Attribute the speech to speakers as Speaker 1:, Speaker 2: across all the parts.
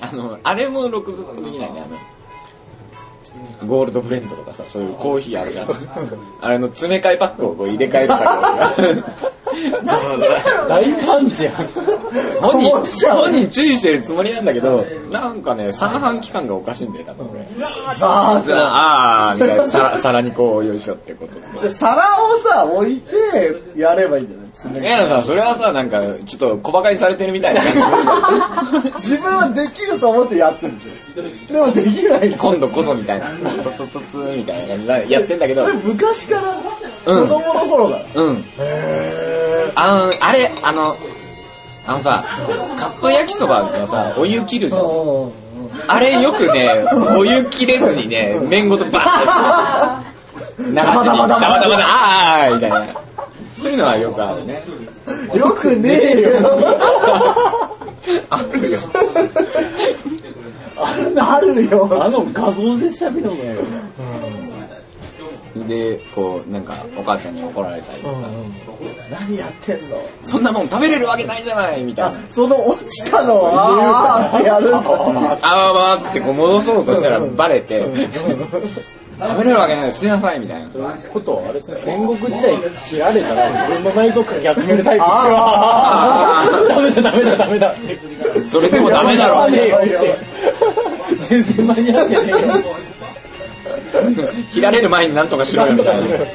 Speaker 1: あの、あれも録画できないね、あの、ゴールドブレンドとかさ、そういうコーヒーあるじゃん。あれの詰め替えパックをこう入れ替える作業とか。そうそうそう
Speaker 2: 大惨事やん。
Speaker 1: 本人、本人注意してるつもりなんだけど、なんかね、三半規管がおかしいんだよ、多分これ。
Speaker 3: さ
Speaker 1: あー、みたいな、さら皿にこう、よいしょってこと。
Speaker 3: あ、で皿をさ、置いて、やればいいんじゃない詰め
Speaker 1: いやさ、それはさ、なんか、ちょっと小馬鹿にされてるみたいな。
Speaker 3: 自分はできると思ってやってるでしょ。でもできない。そ
Speaker 1: 今度こそみたいな、トツトツみたいな感じでやってんだけど
Speaker 3: れ、昔から、子供の頃から。
Speaker 1: うん。あの、あれ、あの、あのさ、カップ焼きそばのさ、お湯切るじゃん。
Speaker 3: うん
Speaker 1: あれよくね、お湯切れずにね、麺ごとバッて、流しに、ダバダバダバあーみたいな。そういうのはよくあるね。
Speaker 3: よくねえよ。
Speaker 1: あるよ。
Speaker 3: あるよ。
Speaker 2: あの画像でした見たことないよ。
Speaker 1: で、こう、なんか、お母さんに怒られたりと
Speaker 3: う
Speaker 1: か、
Speaker 3: んうん何やってんの
Speaker 1: そんなもん食べれるわけないじゃないみたい
Speaker 3: あ
Speaker 1: な。、
Speaker 3: その落ちたのを、あーあーってやるんだ。
Speaker 1: あわわってこう戻そうとしたらバレて、食べれるわけないよ、捨てなさいみたいな。
Speaker 2: こと、あれですね、戦国時代切られたら自分の内臓かき集めるタイプ。
Speaker 3: あ
Speaker 1: ー
Speaker 2: ダメだダメだダメだって。
Speaker 1: それでもダメだろ
Speaker 2: ねえよって。全然間に合ってねえよ。
Speaker 1: 切られる前になんとかしろよ
Speaker 2: なん
Speaker 1: み
Speaker 2: と
Speaker 1: た
Speaker 2: か
Speaker 1: い
Speaker 2: しろ
Speaker 1: な
Speaker 2: よ。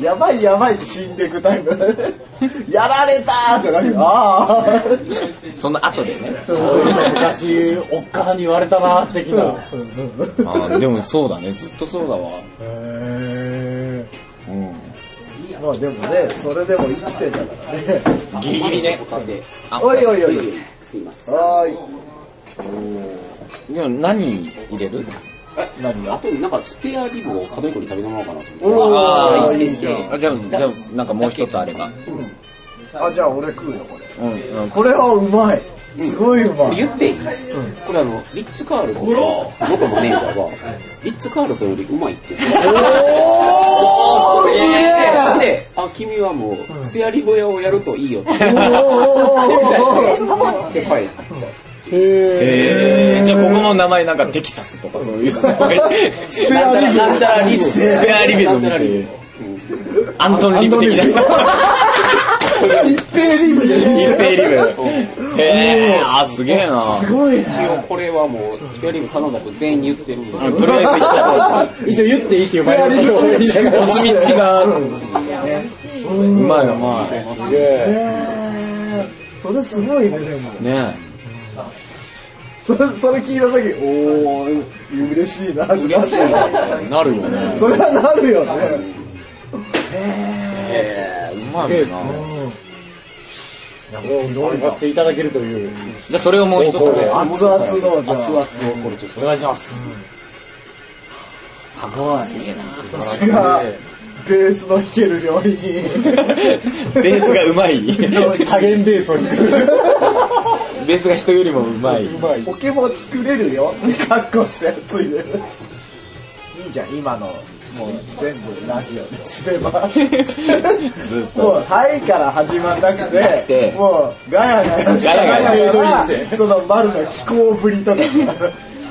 Speaker 3: やばいやばいって死んでいくタイプ。やられたーじゃなくて、あー。
Speaker 1: その後でね
Speaker 2: 昔、おっかはに言われたな、的な。
Speaker 1: あーでもそうだねずっとそうだわ
Speaker 3: へ
Speaker 1: うん
Speaker 3: ーまあでもね、それでも生きてんだからね。
Speaker 1: ギリギリねあ
Speaker 3: おいおいおい。はーい。
Speaker 1: でも何入れる
Speaker 4: あとなんかスペアリブをかどいこに食べてもらおうかなと思って。
Speaker 3: お
Speaker 1: あ
Speaker 3: ー、
Speaker 1: ー
Speaker 3: いいじゃん。
Speaker 1: あじゃあじゃあなんかもう一つあれば
Speaker 3: あ、じゃあ俺食うよ、これ。
Speaker 1: うんうん
Speaker 3: これはうまい。すごいうま
Speaker 4: これ
Speaker 3: い。
Speaker 4: 言っていい、これあの、リッツカールトの元マネージャーが、リッツカールトよりうまいって言って
Speaker 3: おー、すげえ
Speaker 4: で、あ、君はもう、スペアリブ屋をやるといいよって。
Speaker 3: おーおーおーおー
Speaker 4: で、帰って。
Speaker 1: えー、じゃあここの名前なんかテキサスとかそういうス
Speaker 3: ペアリブ
Speaker 4: なんちゃらリブ。
Speaker 1: スペアリビの
Speaker 4: なんちゃらリ
Speaker 1: 店アントンリブ的な
Speaker 3: 一平リブでいい
Speaker 1: 一平リブへえあすげえな
Speaker 3: すごいね。
Speaker 4: 一応これはもう、スペアリブ頼んだ人全員に言ってるんで。
Speaker 1: うんとりあえず行ったと
Speaker 2: 一応言っていいっていう前
Speaker 3: スペアリブを
Speaker 2: お
Speaker 1: お墨付きがうまいうまい
Speaker 3: へーそれすごいね、でも。
Speaker 1: ね
Speaker 3: そ れ、それ聞いたとき、おー、嬉しいな、嬉しい
Speaker 1: えなるよね
Speaker 3: それはなるよね。
Speaker 1: うまいよな
Speaker 2: を言わせていただけるという。
Speaker 1: じゃあそれをもう一つ
Speaker 2: おうおう
Speaker 3: 熱々の、じゃあ。
Speaker 4: 熱々をこれちょっと。
Speaker 2: お願いします。
Speaker 3: すごい。さすが、ベースの弾ける料理人。
Speaker 1: ベースがうまい ベ
Speaker 2: 加減ベースを引く。
Speaker 1: ースが人よりもうまい
Speaker 3: ポケモン作れるよって格好して、ついで。いいじゃん、今の、もう全部ラジオです れば。
Speaker 1: ずっ
Speaker 3: もう、
Speaker 1: と
Speaker 3: はいから始まんなくて、
Speaker 1: なくて
Speaker 3: もう、ガヤガヤして、
Speaker 1: ガヤガヤ
Speaker 3: ガヤガヤその丸の気候ぶりとか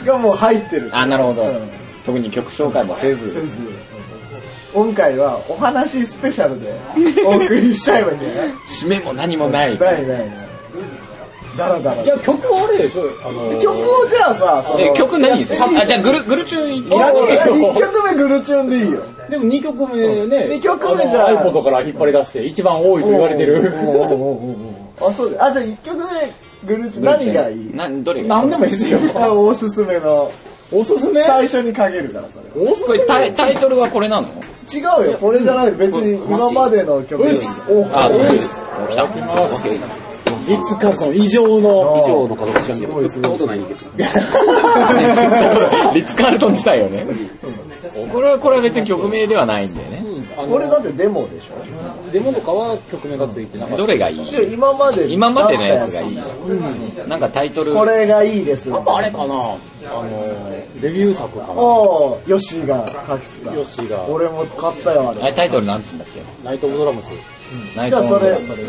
Speaker 3: がもう入ってる。
Speaker 1: あなるほど
Speaker 3: うん
Speaker 1: 特に曲紹介もせ
Speaker 3: せ
Speaker 1: ず
Speaker 3: ず今回はお話スペシャルでお送りしちゃえばいいんじゃない
Speaker 1: 締めも何もない
Speaker 3: ないないない。だらだら。
Speaker 2: じゃあ曲はあれでしょあの、
Speaker 3: 曲をじゃあさ、そ
Speaker 1: え
Speaker 3: の、
Speaker 1: 曲何ですかあじゃあグルグルチューン
Speaker 2: いらねえよ
Speaker 3: 1曲目グルチューンでいいよ。
Speaker 2: でも2曲目ね、
Speaker 3: 二曲目じゃあ
Speaker 2: あの iPod から引っ張り出して一番多いと言われてる。
Speaker 3: おうおうおうおうあ、そうじゃん。あ、じゃあ1曲目グルチューン、何がいい
Speaker 1: などれ
Speaker 2: 何でもいいですよ。
Speaker 3: あおすすめの、
Speaker 2: おすすめ
Speaker 3: 最初にかけるから、それ。
Speaker 2: おすす
Speaker 1: これ
Speaker 2: め
Speaker 1: タイタイトルはこれ なの
Speaker 3: 違うよ、これじゃない。別に今までの曲
Speaker 2: う
Speaker 3: で
Speaker 2: っ
Speaker 3: いい
Speaker 2: す
Speaker 3: お
Speaker 1: あそう
Speaker 2: う
Speaker 1: で
Speaker 2: っ
Speaker 1: す
Speaker 2: す
Speaker 1: 来た
Speaker 2: います。いつかその異常の
Speaker 4: 以、上の家族しか見たことないんだけど。
Speaker 1: リッツ・カールトンしたいよねこれはこれは別に曲名ではないんだよね
Speaker 2: あ
Speaker 3: これ
Speaker 2: の、
Speaker 3: だってデモでしょ
Speaker 2: デモとかは曲名がついてなかった。
Speaker 1: どれがいい
Speaker 3: 一応今まで
Speaker 1: 今までのやつがいいじ
Speaker 3: 出したや
Speaker 1: ゃんなんかタイトル
Speaker 3: つこれがいいです。
Speaker 2: やっぱあれかなあの、デビュー作かな
Speaker 3: おー、ヨッシーが書きつた。
Speaker 2: ヨッシーが
Speaker 3: 俺も買ったよ、あ
Speaker 1: あれ
Speaker 3: れ。
Speaker 1: タイトルなんつうんだっけ
Speaker 2: ナイト・オブ・ドラムス。内
Speaker 3: じゃあ
Speaker 2: 藤
Speaker 3: そ
Speaker 2: の
Speaker 3: れ、それ。
Speaker 1: はい。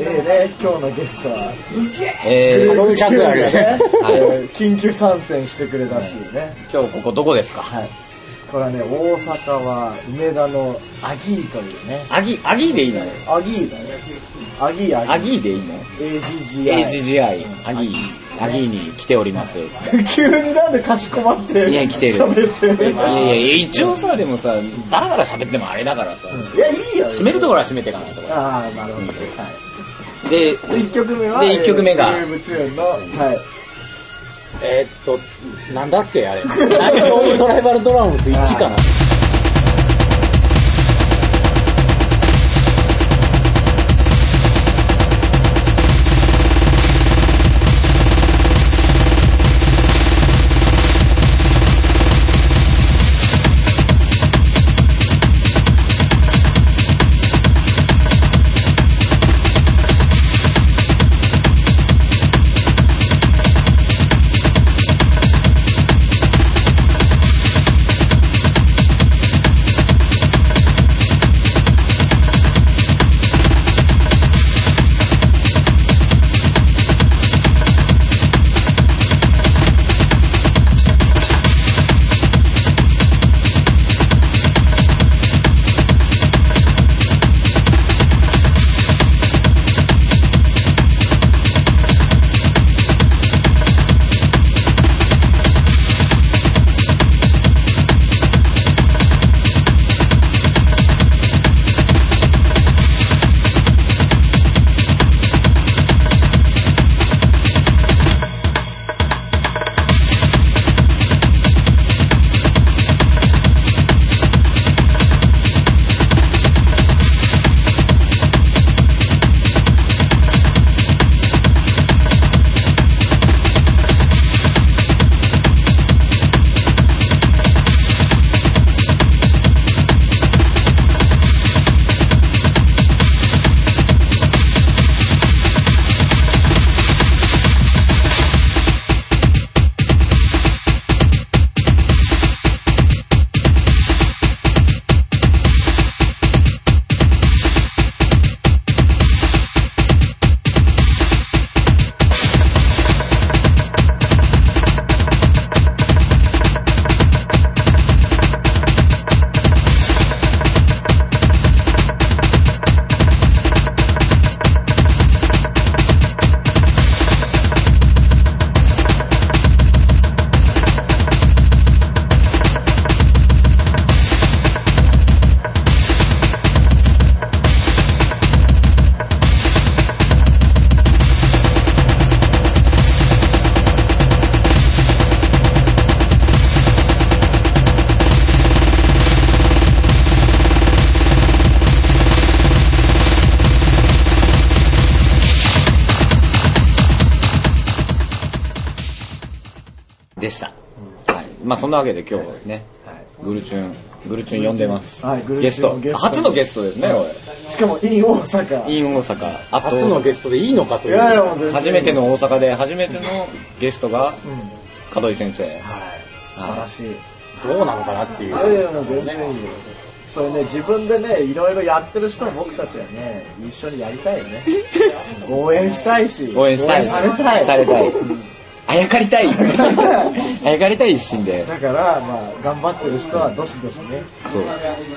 Speaker 3: ええね、今日のゲストは、
Speaker 1: え
Speaker 2: こ
Speaker 1: ー、
Speaker 2: こに書くわけね
Speaker 1: はい
Speaker 3: えー緊急参戦してくれたっていうね。
Speaker 1: 今日ここどこですか
Speaker 3: はい。これはね、大阪は梅田のアギーというね。
Speaker 1: アギ、アギーでいいのよ。
Speaker 3: アギーだね。アギー、
Speaker 1: ア
Speaker 3: アギー。
Speaker 1: ギーでいいの
Speaker 3: AGGI。
Speaker 1: ?AGGI、アギー、アギーに来ております。い
Speaker 3: 急になんでかしこまって。
Speaker 1: いや来てる
Speaker 3: 喋ってる。
Speaker 1: やいや、一応さ、でもさ、ダラダラ喋ってもあれだからさ、
Speaker 3: いや、いいよ。
Speaker 1: 締めるところは締めていかないとか。
Speaker 3: ああ、なるほど。は
Speaker 1: で、
Speaker 3: い。1曲目は、
Speaker 1: で一曲目が
Speaker 3: えーブルームチューンの、はい。
Speaker 2: えーっと、なんだっけ あれ。トライバルドラムス1かな。
Speaker 1: でした。はい。まあそんなわけで今日はね、グルチュン、グルチュン呼んでます。
Speaker 3: はいグルチュン
Speaker 1: ゲスト
Speaker 3: ゲスト
Speaker 1: 初のゲストですね、
Speaker 3: しかも、イン大阪。
Speaker 1: 俺。イン大阪。あと
Speaker 2: 初のゲストでいいのかと
Speaker 3: い
Speaker 2: いう。
Speaker 3: やいや、もう全然
Speaker 1: 初めて。の大阪で初めてのゲストが、門井先生。
Speaker 3: はい。素晴らしい。
Speaker 2: どうなのかなっていう。
Speaker 3: いやいや、もう全然いいよ。それね、自分でね、いろいろやってる人も僕たちはね、一緒にやりたいよ ね。応援したいし。
Speaker 1: 応援したい。
Speaker 3: されたい。
Speaker 1: されたい
Speaker 3: うん。
Speaker 1: あやかりたい。あやかりたい一心で。
Speaker 3: だから、まあ、頑張ってる人はどしどしね、
Speaker 1: そう。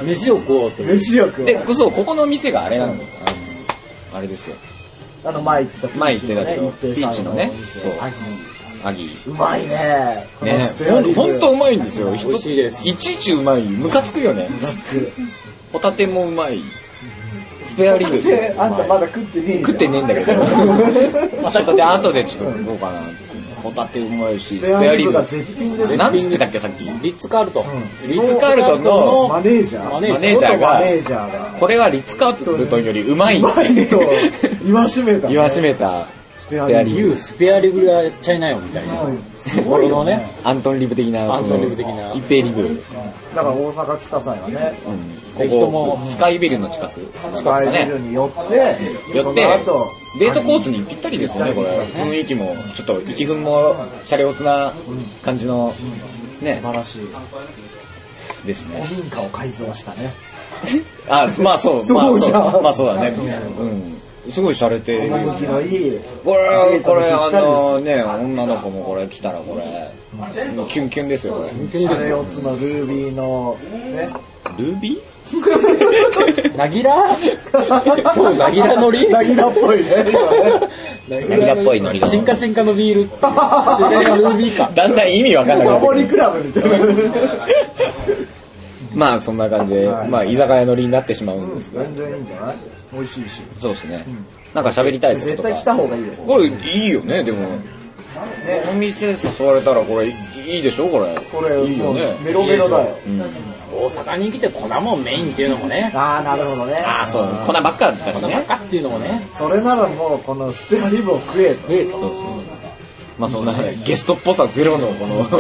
Speaker 2: 飯を食おうという。
Speaker 3: 飯欲を。
Speaker 1: で、そう、ここの店があれなんだよ。あのあれですよ。
Speaker 3: あの、前言ってたピーチの
Speaker 1: 前
Speaker 3: ね
Speaker 1: 言ってたけど、
Speaker 3: 一平さ
Speaker 1: ピー
Speaker 3: ん
Speaker 1: チのね
Speaker 3: お店
Speaker 1: そう
Speaker 3: アギ
Speaker 1: アギ
Speaker 3: うまいね。
Speaker 1: ー。ね
Speaker 3: このスペアリブ
Speaker 1: ほんとうまいんですよ。人
Speaker 2: 美味しいです
Speaker 1: いちいちうまい。ムカつくよね。ホタテもうまい。スペアリブ。
Speaker 3: で、 あんたまだ食ってねえ
Speaker 1: 食ってねえんだけど。まあちょっとで、後でちょっとどうかな。ホタテうまいし、ス
Speaker 3: ス
Speaker 1: ペ
Speaker 3: ペ
Speaker 1: ア
Speaker 3: ア
Speaker 1: リ
Speaker 3: リ
Speaker 1: ブ
Speaker 3: ブ。が絶品ですね。
Speaker 1: なんつってたっけ、さっき。
Speaker 2: リッツ・カールトン。
Speaker 1: リッツカールトンの
Speaker 3: マネージャー。
Speaker 2: マネ
Speaker 1: ージャー
Speaker 3: 元マネージャーが。
Speaker 1: これはリッツ・カールトンよりうまい。
Speaker 3: うまいと言わしめた ね。
Speaker 1: 言わしめた。
Speaker 3: スペアリブ。
Speaker 2: ユースペアリブがやっちゃいなよみたいな。
Speaker 3: すごいよ
Speaker 2: ところのね
Speaker 3: ね。
Speaker 1: アントンリブ的な。
Speaker 2: アントンリブ的な
Speaker 1: その一平リブ。
Speaker 3: だから大阪来た際はね、
Speaker 1: こ
Speaker 2: ぜひとも
Speaker 1: こ、スカイビルの近く。
Speaker 3: スカイビルに寄って、
Speaker 1: 寄っ
Speaker 3: その
Speaker 1: て
Speaker 3: 後、、
Speaker 1: デートコースにぴったりですよね、これ。雰囲気も、ちょっと1分も車両つな感じの、ね
Speaker 3: 素、晴らしい。
Speaker 1: ですね。
Speaker 3: 古民家を改造したね。
Speaker 1: あ、まあそう。
Speaker 3: そう
Speaker 1: まあ
Speaker 3: じゃん
Speaker 1: まあそうだね。うん。すごい洒落てる。
Speaker 3: 趣のいい。
Speaker 1: これ、これ、あ
Speaker 3: デートにぴったりです
Speaker 1: のね、女の子もこれ来たらこれ、キュンキュンですよ、これ。
Speaker 3: シャレオツのルービーの、ね、
Speaker 1: ルビー
Speaker 2: なぎら今 日なぎらのり
Speaker 3: なぎらっぽいね、今ね。
Speaker 1: なぎらっぽいノリが
Speaker 2: チンカチンカのビール っていう。ルービーか。
Speaker 1: だんだん意味わかんなくなって
Speaker 3: ポ
Speaker 1: く
Speaker 3: リ
Speaker 1: る。
Speaker 3: クラブみたいな。
Speaker 1: まあそんな感じで、
Speaker 3: はい
Speaker 1: まあ居酒屋ノリになってしまうんですが。
Speaker 3: 全然いいんじゃない美味しいし。
Speaker 1: そうですね。なんか喋りたいことと
Speaker 3: 絶
Speaker 1: か
Speaker 3: 対来た方がいいよ。
Speaker 1: これいいよね、でも。お店誘われたらこれいいでしょ、これ。
Speaker 3: これ、
Speaker 1: いいよ
Speaker 3: もう
Speaker 1: ね。
Speaker 3: メロメロだよ。
Speaker 2: 大阪に来て粉もんメインっていうのもね、
Speaker 3: ああ、なるほどね。
Speaker 1: ああ、そう。粉ばっかだし
Speaker 2: 粉ばっ
Speaker 1: ね。
Speaker 2: かっていうのもね、
Speaker 3: それならもう、このスペアリブを食えと。
Speaker 1: そうそう。まあそんなゲストっぽさゼロのこの
Speaker 3: だ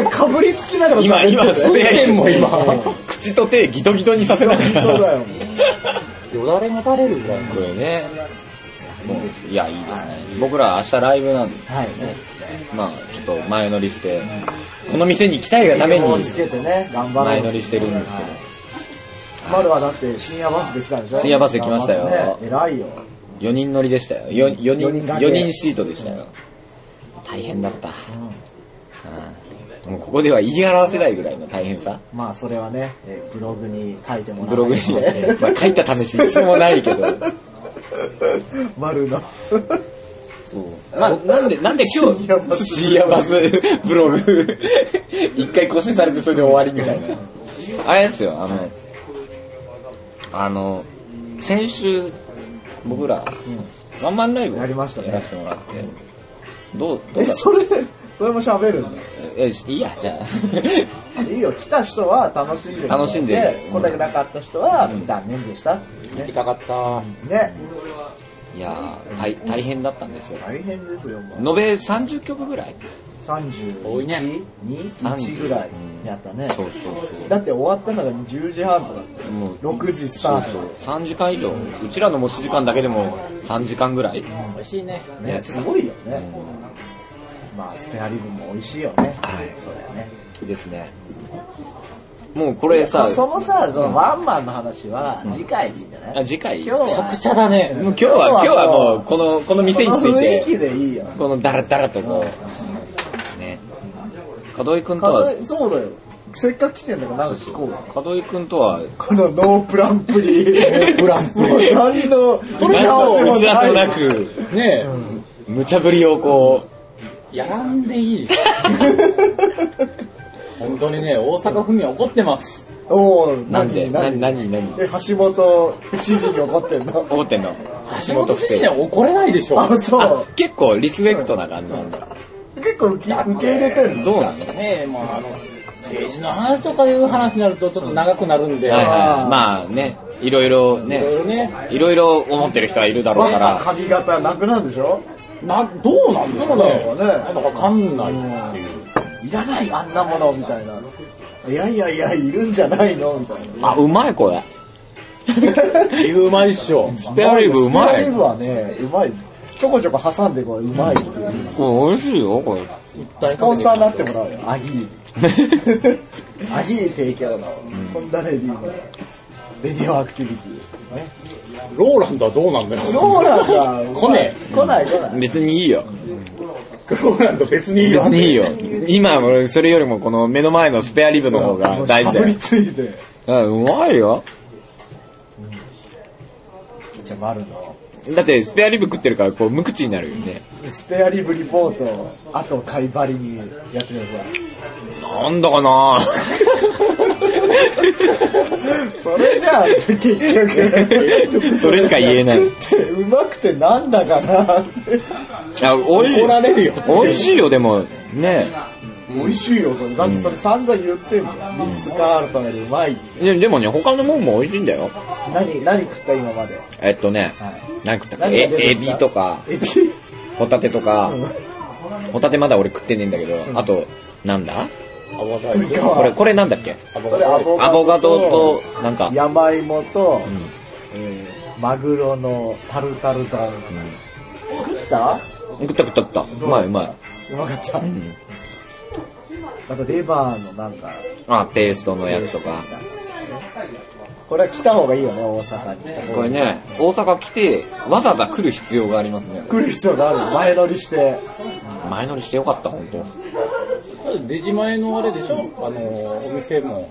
Speaker 3: ってかぶりつきながら
Speaker 1: 今
Speaker 3: 喋って
Speaker 1: 今
Speaker 3: る
Speaker 1: ス
Speaker 3: ね
Speaker 1: ペア
Speaker 2: も
Speaker 1: リブ
Speaker 2: 今
Speaker 1: 口と手ギトギトにさせながら
Speaker 3: そうだよ
Speaker 2: よだれも垂れるぐらいの。
Speaker 1: これね。そうです。いや、いいですね。僕ら明日ライブなんで、
Speaker 3: はい、そうですね。
Speaker 1: まあちょっと前乗りして、この店に行きたいがため
Speaker 3: 色を
Speaker 1: に
Speaker 3: つけてね、頑張ろう。
Speaker 1: 前乗りしてるんですけど。
Speaker 3: まだはだって深夜バスで来たんでしょ
Speaker 1: 深夜バスで来ましたよ
Speaker 3: 頑張ってね偉いよ。
Speaker 1: 4人乗りでしたよ。4, 四人
Speaker 3: 四人掛け
Speaker 1: 四人シートでしたよ。大変だった。うんもうここでは言い表せないぐらいの大変さ。
Speaker 3: まあそれはね、えーブログに書いてもら
Speaker 1: ブログに、まあ、書いた試し一度もないけど。
Speaker 3: 丸の。
Speaker 1: まあ、なんで、なんで今日、深夜バスブログ、 一回更新されてそれで終わりみたいな。あれですよ、あの、あの、先週、僕ら、ワンマンライブを
Speaker 3: やりましたね
Speaker 1: やらせてもらって、どう、どう
Speaker 3: え、
Speaker 1: だ
Speaker 3: それ、それも喋るんだ。
Speaker 1: え、いいや、じゃ あ。
Speaker 3: いいよ、来た人は楽しんでる。
Speaker 1: 楽しんでる
Speaker 3: 来なくなかった人は残念でしたっていう
Speaker 2: 行き
Speaker 3: ね。
Speaker 2: たかった。
Speaker 3: ね、
Speaker 1: いやー大、大変だったんですよ。
Speaker 3: 大変ですよ、もう。
Speaker 1: 延べ30曲ぐらい
Speaker 2: 多いね
Speaker 3: 31、2、1ぐらいやったね。
Speaker 1: そうそう
Speaker 3: だって終わったのが10時半とかだった
Speaker 1: そ
Speaker 3: よ
Speaker 1: う。もう
Speaker 3: 6時スタート。
Speaker 1: 3時間以上、うちらの持ち時間だけでも3時間ぐらい。
Speaker 2: 美味しいね。
Speaker 1: いや
Speaker 3: ね、すごいよね。まあ、スペアリブも美味しいよね。はい、そうだよね。
Speaker 1: ですね。もうこれさ、
Speaker 3: そのさ、そのワンマンの話は次回でいいんじゃない、
Speaker 1: あ次回、
Speaker 3: 今
Speaker 1: 今
Speaker 3: 日
Speaker 2: めちゃ
Speaker 3: は
Speaker 2: く、ちゃだね。
Speaker 1: 日は、今日はもう、この、この店に
Speaker 3: こ
Speaker 1: つ
Speaker 3: の雰囲
Speaker 1: い
Speaker 3: 気
Speaker 1: て、
Speaker 3: でいいよ。
Speaker 1: このダラダラとこう、ね。門井くんとは、
Speaker 3: そうだよ。せっかく来てんだからなんか聞こうよ。
Speaker 1: 門井くんとは、
Speaker 3: このノープランプリ。ノープランプリ。何の、そ
Speaker 1: 何の打ち合わせもなく、
Speaker 2: ね
Speaker 1: 無茶ぶりをこ
Speaker 2: え、やらんでいい です。本当にね、大阪府民怒ってます。
Speaker 3: おお
Speaker 1: う、なんで、な、
Speaker 3: 何
Speaker 1: なになに
Speaker 3: え、橋本知事に怒ってんの
Speaker 1: 思ってんの
Speaker 2: 橋本知事には怒れないでしょ。
Speaker 3: あ、そ
Speaker 1: あ結構リスペクトな感じなんだ。
Speaker 3: う。結構受け受け入れてんの
Speaker 1: どうなの
Speaker 2: ねえ、まああの、政治の話とかいう話になるとちょっと長くなるんで、
Speaker 1: はいは
Speaker 3: あー
Speaker 1: い。まあね、いろいろ
Speaker 2: いろい
Speaker 1: ね、
Speaker 2: ろね、
Speaker 1: いろいろ思ってる人はいるだろうか
Speaker 3: まあ
Speaker 1: ら、
Speaker 3: 髪型なくなんでしょ
Speaker 2: な、どうなんですか
Speaker 3: ど
Speaker 2: ね
Speaker 3: う。なのかね
Speaker 2: まだわかんないっていう。
Speaker 3: いらないあんなものみたいな。いやいやいや、いるんじゃないのみたいな。
Speaker 1: あ、うまいこれ。
Speaker 2: リブうまいっしょ。
Speaker 1: スペアリブうま
Speaker 3: スペア
Speaker 1: い
Speaker 3: リ。ブはね、うまい。ちょこちょこ挟んでこう、うまいっていう。
Speaker 1: これ美味しいよ、これ。
Speaker 3: スポンサーになってもらうよ。アギー。アギー提供の、ホンダレディの、レディオアクティビティ。ね。
Speaker 2: ローランドはどうなんだよ。
Speaker 3: ローラが、
Speaker 2: 来ね
Speaker 3: え。来ない来な い。
Speaker 1: 別にいいよ。
Speaker 2: ローランド別にいい
Speaker 1: 別にいいよ。今、俺それよりもこの目の前のスペアリブの方が大
Speaker 3: も
Speaker 1: 事
Speaker 3: うしゃぶ
Speaker 1: だ
Speaker 3: り
Speaker 1: よ。
Speaker 3: ついて。
Speaker 1: うんうまいよ。
Speaker 3: じゃあ、丸の。
Speaker 1: だって、スペアリブ食ってるから、こう、無口になるよね。
Speaker 3: スペアリブリポート、あと貝張りにやってください。
Speaker 1: なんだかな
Speaker 3: それじゃあ、結局。
Speaker 1: それしか言えない
Speaker 3: いうまくてなんだかな。
Speaker 1: あ、美 味しい
Speaker 2: 怒。られるよ。
Speaker 1: 美味しいよ、でも。ね
Speaker 3: 美味しいよ、それ。だってそれ散々言ってんじゃん。リッツ・カールトンよりうまいって。
Speaker 1: ででもね、他のもんも美味しいんだよ。
Speaker 3: 何、何食った今まで。
Speaker 1: えっとね、
Speaker 3: はい
Speaker 1: 何食ったっけ
Speaker 3: 何が出てきた
Speaker 1: えエビとか、
Speaker 3: エビ
Speaker 1: ホタテとか、ホタテまだ俺食ってねえんだけど、あと、なんだ
Speaker 2: アボカド
Speaker 3: いか
Speaker 1: これ、これなんだっけ
Speaker 3: それアボ
Speaker 1: アボカドと、なんか、
Speaker 3: 山芋と、えーマグロのタルタル丼。食った
Speaker 1: 食った食った食った。うまいうまい。
Speaker 3: うまかった。
Speaker 1: ん
Speaker 3: あとレバーのなんか、
Speaker 1: あ、ペーストのやつとか。
Speaker 3: これは来た方がいいよね、大阪に。
Speaker 1: これね、大阪来て、わざわざ来る必要がありますね。
Speaker 3: 来る必要がある。前乗りして。
Speaker 1: 前乗りしてよかった、本当。
Speaker 2: 出島へのあれでしょあの、お店も。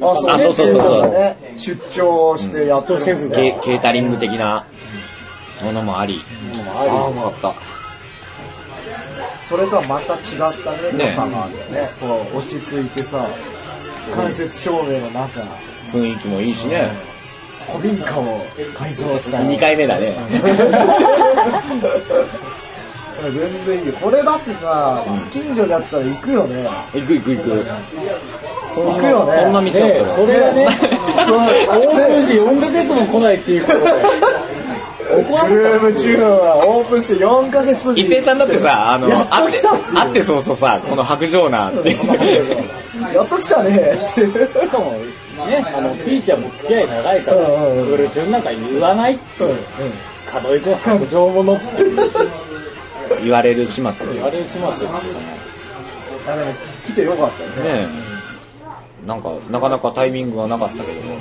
Speaker 3: あ、
Speaker 1: うあそうそうそう
Speaker 3: だね。出張してやっとシェフ
Speaker 1: ケケータリング的なものもあり。ああ、うまかっ
Speaker 3: それとはまた違ったね、
Speaker 1: ね
Speaker 3: 良さがあるよね。こう、落ち着いてさ、間接照明の中、
Speaker 1: た。雰囲気もいいしね。
Speaker 3: 古民家を改造した
Speaker 1: 2回目だね。
Speaker 3: 全然いいよ。これだってさ、近所だったら行くよね。
Speaker 1: 行く行く行く。
Speaker 3: 行くよね。
Speaker 1: こんな道だった
Speaker 2: で、
Speaker 1: ら。
Speaker 2: それがね、
Speaker 3: そう
Speaker 2: オープンして4ヶ月も来ないっていうことで、怒ら
Speaker 3: ブル
Speaker 2: れ
Speaker 3: ームチューンはオープンして4ヶ月に
Speaker 1: 一平さんだってさ、あの、
Speaker 3: やっ
Speaker 1: あ
Speaker 3: と
Speaker 1: っ
Speaker 3: 来
Speaker 1: て、
Speaker 3: たっていう
Speaker 1: あってそうそうさ、この白状な って。
Speaker 3: やっと来た ねって。
Speaker 2: た。しかも、ね、あの、ピーちゃんも付き合い長いか
Speaker 3: うんうんう
Speaker 2: ら、
Speaker 3: ん
Speaker 2: ブルーチューンなんか言わないって、
Speaker 3: うんうん
Speaker 2: 門井君白状者って
Speaker 1: 言われる始末です
Speaker 2: 言
Speaker 1: よ
Speaker 2: われる始末ですよ
Speaker 3: あでも来てよかったよね。
Speaker 1: ねえ。なんか、なかなかタイミングはなかったけども。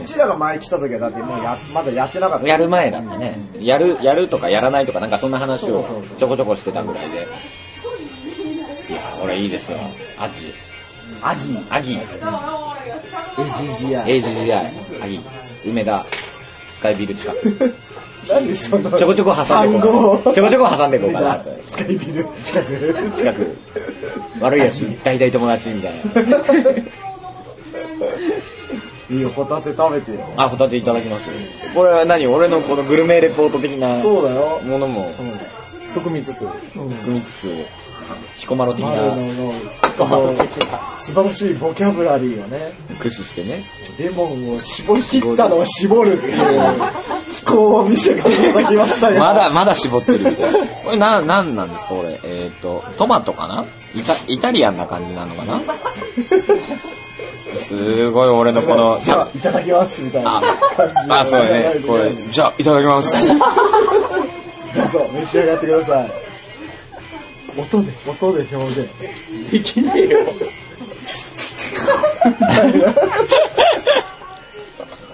Speaker 3: うちらが前来た時はだってもうや、まだやってなかった。
Speaker 1: やる前だったね。やる、やるとかやらないとか、なんかそんな話をちょこちょこしてたぐらいで。いや、俺いいですよ。アジ。
Speaker 3: アギー、
Speaker 1: アギ。
Speaker 3: エジジア。
Speaker 1: AGGI。アギ。梅田。スカイビル近く。
Speaker 3: 何その
Speaker 1: ちょこちょこ挟んで
Speaker 3: 単
Speaker 1: こ
Speaker 3: 語
Speaker 1: うかな。ちょこちょこ挟んでこう
Speaker 3: 出
Speaker 1: かな
Speaker 3: た。スカイビル近く
Speaker 1: 近く。悪いやつ、大体友達みたいな。
Speaker 3: いいよホタテ食べてよ
Speaker 1: あ、ホタテいただきますよ。これは何俺のこのグルメレポート的な
Speaker 3: そうだよ
Speaker 1: ものも
Speaker 2: 含みつつ、
Speaker 1: 含みつつ、彦摩呂的
Speaker 3: マル
Speaker 1: な
Speaker 3: ノのその素晴らしいボキャブラリーをね
Speaker 1: 駆使してね。
Speaker 3: レモンを絞り切ったのを絞るっていう気候を見せていただきましたよ
Speaker 1: まだ、まだ絞ってるみたいな。 これな、なんなんですかこれ。えっ、と、トマトかなイタイタリアンな感じなのか なすごい俺のこの、
Speaker 3: じゃあいただきますみたいな感じで
Speaker 1: あ、そうだね。これ、じゃあ、いただき ます。
Speaker 3: どうぞ召し上がってください音で音で表現
Speaker 2: できねえよ。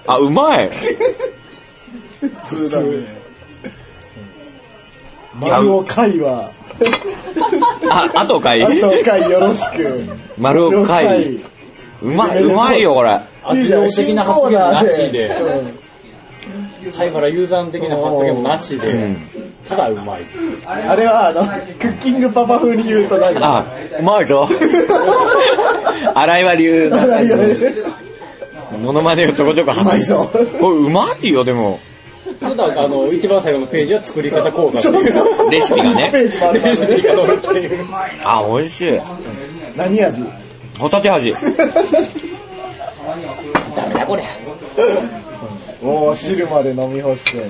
Speaker 1: あ、うまい
Speaker 3: 普通だね丸尾会は
Speaker 1: あ、あとかい
Speaker 3: あと会よろしく
Speaker 1: 丸尾会。うまい、うまいよ、これ。
Speaker 2: 味量的な発言もなしで、
Speaker 3: うん
Speaker 2: 貝原雄山的な発言もなしで、ただうまい。
Speaker 3: あれはあのクッキングパパ風に言うと何
Speaker 1: あ、うまい ぞ。荒岩流
Speaker 3: あ
Speaker 1: な
Speaker 3: れよね
Speaker 1: モノマネをちょこちょこ挟んで
Speaker 3: うまいぞ
Speaker 1: これうまいよ、でも。
Speaker 2: ただ、あの、一番最後のページは作り方講座っていう。
Speaker 1: レシピが
Speaker 3: 1
Speaker 1: ね。
Speaker 3: ページもあるからね
Speaker 2: 作り方を教えてくれる
Speaker 1: あ、美味しい。
Speaker 3: 何味
Speaker 1: ホタテ味。
Speaker 2: ダメだこれ。
Speaker 3: おお汁まで飲み干して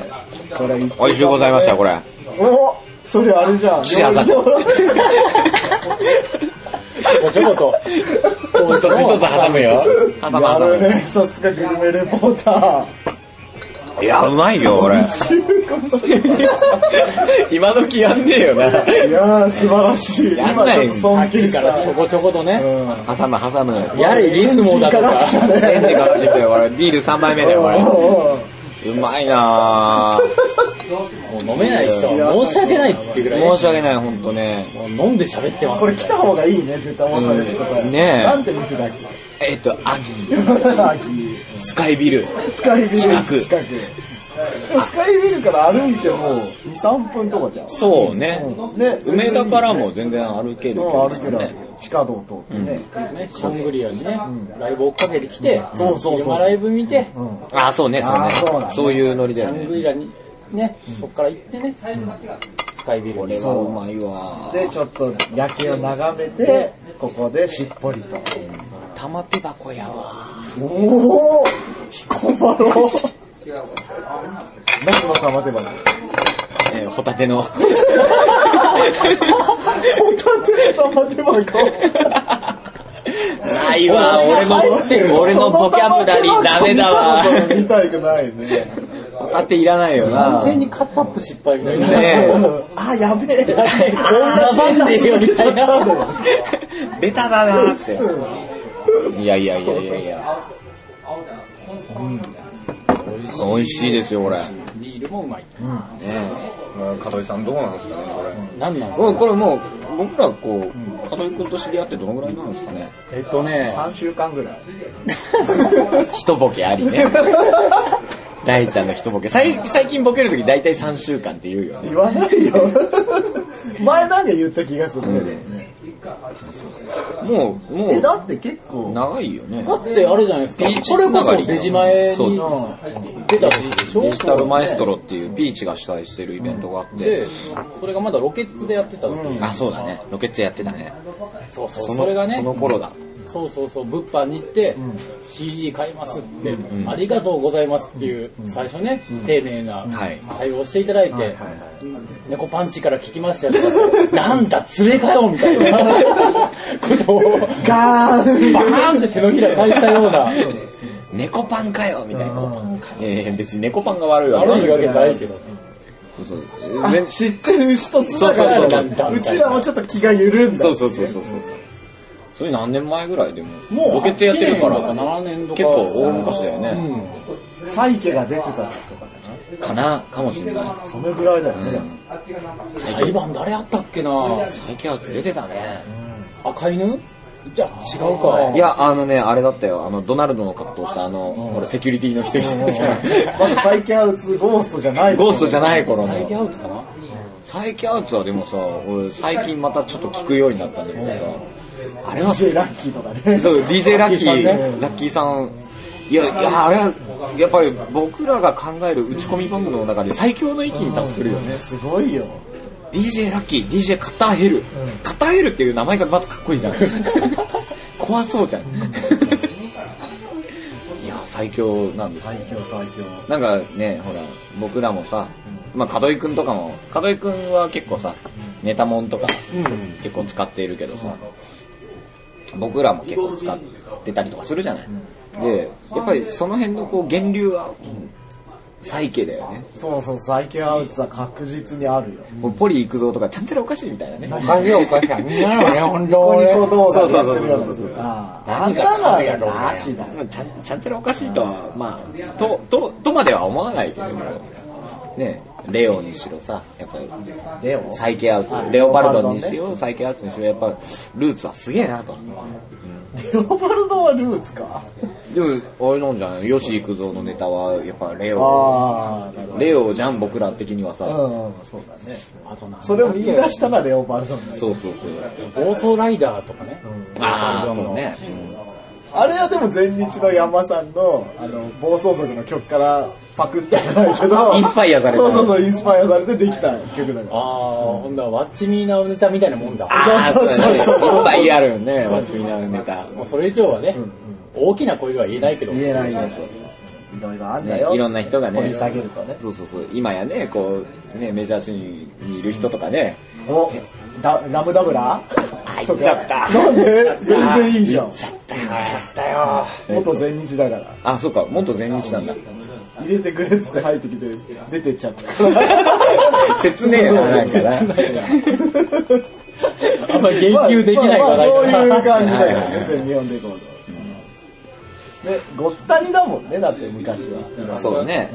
Speaker 3: これ
Speaker 1: 美味しゅうございました、これ。
Speaker 3: おおそれあれじゃん
Speaker 1: 岸田さん
Speaker 3: 料 理
Speaker 2: もうちょこちょこ。
Speaker 1: 一つ挟むよ。挟む
Speaker 3: や
Speaker 1: 挟
Speaker 3: る
Speaker 1: む。
Speaker 3: ねさすがグルメレポーター
Speaker 1: いや、うまいよ、これ。
Speaker 3: 中古さ
Speaker 1: 今時やんねえよな。
Speaker 3: いやー素晴らしい
Speaker 1: やん
Speaker 3: 今
Speaker 1: ない
Speaker 3: ちょっと尊敬し
Speaker 2: ちょ
Speaker 3: た
Speaker 2: こちょことね。
Speaker 3: うん
Speaker 1: 挟む、挟 む。
Speaker 2: やれ、リスモだと
Speaker 3: エンジンかかってきた
Speaker 2: か。
Speaker 3: ね
Speaker 1: エンジンかかってきたよ、これ。ビール3杯目だよ、こ
Speaker 3: おーおー
Speaker 1: れ。うまいなぁ。
Speaker 2: もう飲めない人は申し訳ないってぐらい。
Speaker 1: 申し訳ない、ほんとね。
Speaker 2: もう飲んで喋ってます。
Speaker 3: これ来た方がいいね絶対大阪で来てさ
Speaker 1: うんねえ
Speaker 3: なんて店だっけ
Speaker 1: えっと、アギ、
Speaker 3: 秋
Speaker 1: スカイビル。
Speaker 3: スカイビル
Speaker 1: 近
Speaker 3: 近
Speaker 1: く
Speaker 3: くでもスカイビルから歩いても23分とかじゃん
Speaker 1: そうね。
Speaker 3: ね
Speaker 1: 梅田からも全然歩けるけ
Speaker 3: うん
Speaker 1: ど
Speaker 3: 歩
Speaker 1: ね
Speaker 3: ける地下道通ってね
Speaker 2: ね、ショングリアにね、ライブ追っかけてきて、
Speaker 3: そうそうそう
Speaker 2: 昼間ライブ見て、
Speaker 1: あそうねそう
Speaker 3: あ
Speaker 1: ね
Speaker 3: ーそうだね
Speaker 1: そういうノリ
Speaker 2: シ
Speaker 1: だよ
Speaker 2: ョング
Speaker 1: ね
Speaker 2: リアにね、そっから行ってね、スカイビルに。
Speaker 1: うまいわ
Speaker 3: でちょっと夜景を眺めてここでしっぽりと
Speaker 1: 玉手箱やわ
Speaker 3: おお彦摩 呂何の玉手箱
Speaker 1: えーホタテの
Speaker 3: ホタテの玉手箱
Speaker 1: ないわ俺
Speaker 2: 入ってる
Speaker 1: の俺のボキャブラリーダメだわ
Speaker 3: その玉手箱見たこと見たくないね
Speaker 1: ホタテいらないよな
Speaker 2: 完全にカットアップ失敗みたいな。
Speaker 1: ねえ
Speaker 3: うんあやべえ
Speaker 2: 出さんでよみたいな。
Speaker 1: ベタだなっていやいやいやいやいや美味しいですよ、これ。ね
Speaker 2: ビールもうまい。
Speaker 1: えまあ香取さんどうなんですかね、これ。
Speaker 2: なんなんです
Speaker 1: これ
Speaker 2: か
Speaker 1: これもう、僕らこう、香取君と知り合ってどのぐらいなんですかね。
Speaker 2: えっとね、
Speaker 3: 3週間ぐらい。
Speaker 1: 一ボケあり ね。大ちゃんの一ボケ。最最近ボケるとき大体3週間って言うよね。
Speaker 3: 言わないよ。前なんか言った気がするね。
Speaker 1: もう、も
Speaker 3: え、
Speaker 1: う、
Speaker 3: だって結構、
Speaker 1: 長いよね
Speaker 2: だ。ってあれじゃないですか。
Speaker 1: ピーチ
Speaker 2: これこ
Speaker 1: つなが
Speaker 2: そ
Speaker 1: り
Speaker 2: デジ前
Speaker 1: そう
Speaker 2: に出た時でしょ
Speaker 1: デジタルマエストロっていうピーチが主催してるイベントがあって
Speaker 2: で、、それがまだロケッツでやってた時
Speaker 1: あ、そうだね。ロケッツやってたね。
Speaker 2: そうそ、
Speaker 1: そうの
Speaker 2: それがね
Speaker 1: そ、の頃だ。
Speaker 2: そうそうそう、物販に行って、CD 買いますって、ありがとうございますっていう、最初ね、丁寧な
Speaker 1: はい
Speaker 2: 対応していただいて、猫パンチから聞きましたよとか、 なんだ、連れかよみた いなことを、
Speaker 3: ガーン
Speaker 2: バーンって手のひら返したような、
Speaker 1: 猫パンかよみたいな。ええ別に猫パンが悪いわけ
Speaker 2: 悪いわけじゃないけど、
Speaker 1: そうそう。
Speaker 3: 知ってる人つな
Speaker 1: そう
Speaker 3: が
Speaker 1: そう
Speaker 3: り
Speaker 1: そう
Speaker 3: だうちらもちょっと気が緩んだ。
Speaker 1: そうそうそうそうそう。それ何年前ぐらいでも
Speaker 2: もう
Speaker 1: ロケッツやってるから
Speaker 2: 8年とか7年とか
Speaker 1: 結構大昔だよね、
Speaker 3: サイケが出てた時とかね。
Speaker 1: かなかもしれない
Speaker 3: そのぐらいだよね。
Speaker 2: 裁判誰やったっけな
Speaker 1: 最近は出てたね、
Speaker 2: 赤犬じゃあ違うか。
Speaker 1: いやあのねあれだったよあのドナルドの格好したあの、ほらセキュリティの人いたじ
Speaker 3: ま
Speaker 1: ゃ
Speaker 3: だサイケハウツゴーストじゃない。
Speaker 1: ん ゴーストじゃ
Speaker 3: い。
Speaker 1: ない頃
Speaker 2: 最近
Speaker 1: の
Speaker 2: アウツかな
Speaker 1: 最近アウツはでもさ俺最近またちょっと聞くようになったんだけどさあれは
Speaker 3: DJ ラッキーとかね。
Speaker 1: そう DJ ラッキー
Speaker 2: ラッキーさん
Speaker 1: ラッキーさんいやいやあれはやっぱり僕らが考える打ち込み番組の中で最強の域に達するよね
Speaker 3: すごいよ。
Speaker 1: DJ ラッキー、DJ カタヘル。カタヘルっていう名前がまずかっこいい じゃん。怖そうじゃん。いや、最強なんですよ
Speaker 3: 最強最強。
Speaker 1: なんかね、ほら、僕らもさ、まあ、門井くんとかも、門井くんは結構さ、ネタモンとか、結構使っているけどさ、僕らも結構使ってたりとかするじゃない。で、やっぱりその辺のこう、源流は、最系だよね。
Speaker 3: そうそう、サイケハウツは確実にあるよ。
Speaker 1: もうポリ行くぞとか、ちゃんちゃらおかしいみたいなね。
Speaker 2: 感情おかしい。みんなのね、本
Speaker 3: コ
Speaker 2: 当
Speaker 3: ニ
Speaker 2: ね。
Speaker 3: コ動画でや
Speaker 1: そう
Speaker 3: っ
Speaker 1: そう
Speaker 3: て
Speaker 1: そう
Speaker 3: るや
Speaker 1: そう
Speaker 3: つ。ああ。あ
Speaker 2: 何
Speaker 3: ん
Speaker 2: が
Speaker 3: なの
Speaker 2: カメラ
Speaker 3: は
Speaker 2: ロールだよ
Speaker 3: なしだ。
Speaker 1: まあちゃんちゃんちゃらおかしいとは、まあ、と、と、とまでは思わないけれども、ね、レオにしろさ、やっぱり、
Speaker 3: レオ
Speaker 1: サイケアウト、レオパルドンにしろ、サイケアウトにしろ、やっぱ、ルーツはすげえなと。
Speaker 3: レオパルドはルーツか。
Speaker 1: でも、あれなんじゃないよし行くぞのネタは、やっぱレオ、
Speaker 3: ああ、なるほ
Speaker 1: レオじゃん、僕ら的にはさ、
Speaker 3: ど。うん、そうだね。それを見出したらレオパルドになる。
Speaker 1: そうそうそう。
Speaker 2: 暴走ライダーとかね。
Speaker 1: ああ、そうね。
Speaker 3: あれはでも前日の山さんの、あの、暴走族の曲からパクったじゃないけ ど。
Speaker 1: インスパイアされた
Speaker 3: そうそうそう、インスパイアされてできた曲だか
Speaker 2: ああ、ほんだら、ワッチミーナーネタみたいなもんだ。
Speaker 1: ああ、
Speaker 3: そうそうそうそう
Speaker 1: いっぱいあるよね、ワチミナのネタ。
Speaker 2: もうそれ以上はね、大きな声は言えないけど。。
Speaker 3: ら。言えないいよ。いろいろあんだ
Speaker 1: ね
Speaker 3: よ。、
Speaker 1: いろんな人がね、
Speaker 3: 掘り下げるとね。
Speaker 1: そうそうそう、今やね、こう、ね、メジャー州にいる人とかね、
Speaker 3: お、ダラムダブラ
Speaker 1: あ行っちゃった
Speaker 3: なんで全然いいじゃん。
Speaker 2: だよ。
Speaker 3: 元全日だから。
Speaker 1: あ、そうか、元全日 なんだ。
Speaker 3: 入れてくれっつって入ってきて、出てっちゃった。
Speaker 1: 説明な、なんかな。
Speaker 2: あんまり言及できない
Speaker 3: まあ
Speaker 2: 話題
Speaker 3: まあそういう
Speaker 2: から。
Speaker 3: 感じだよね、全日本レコード。で、ごったにだもんね、だって昔は。
Speaker 1: そうだね、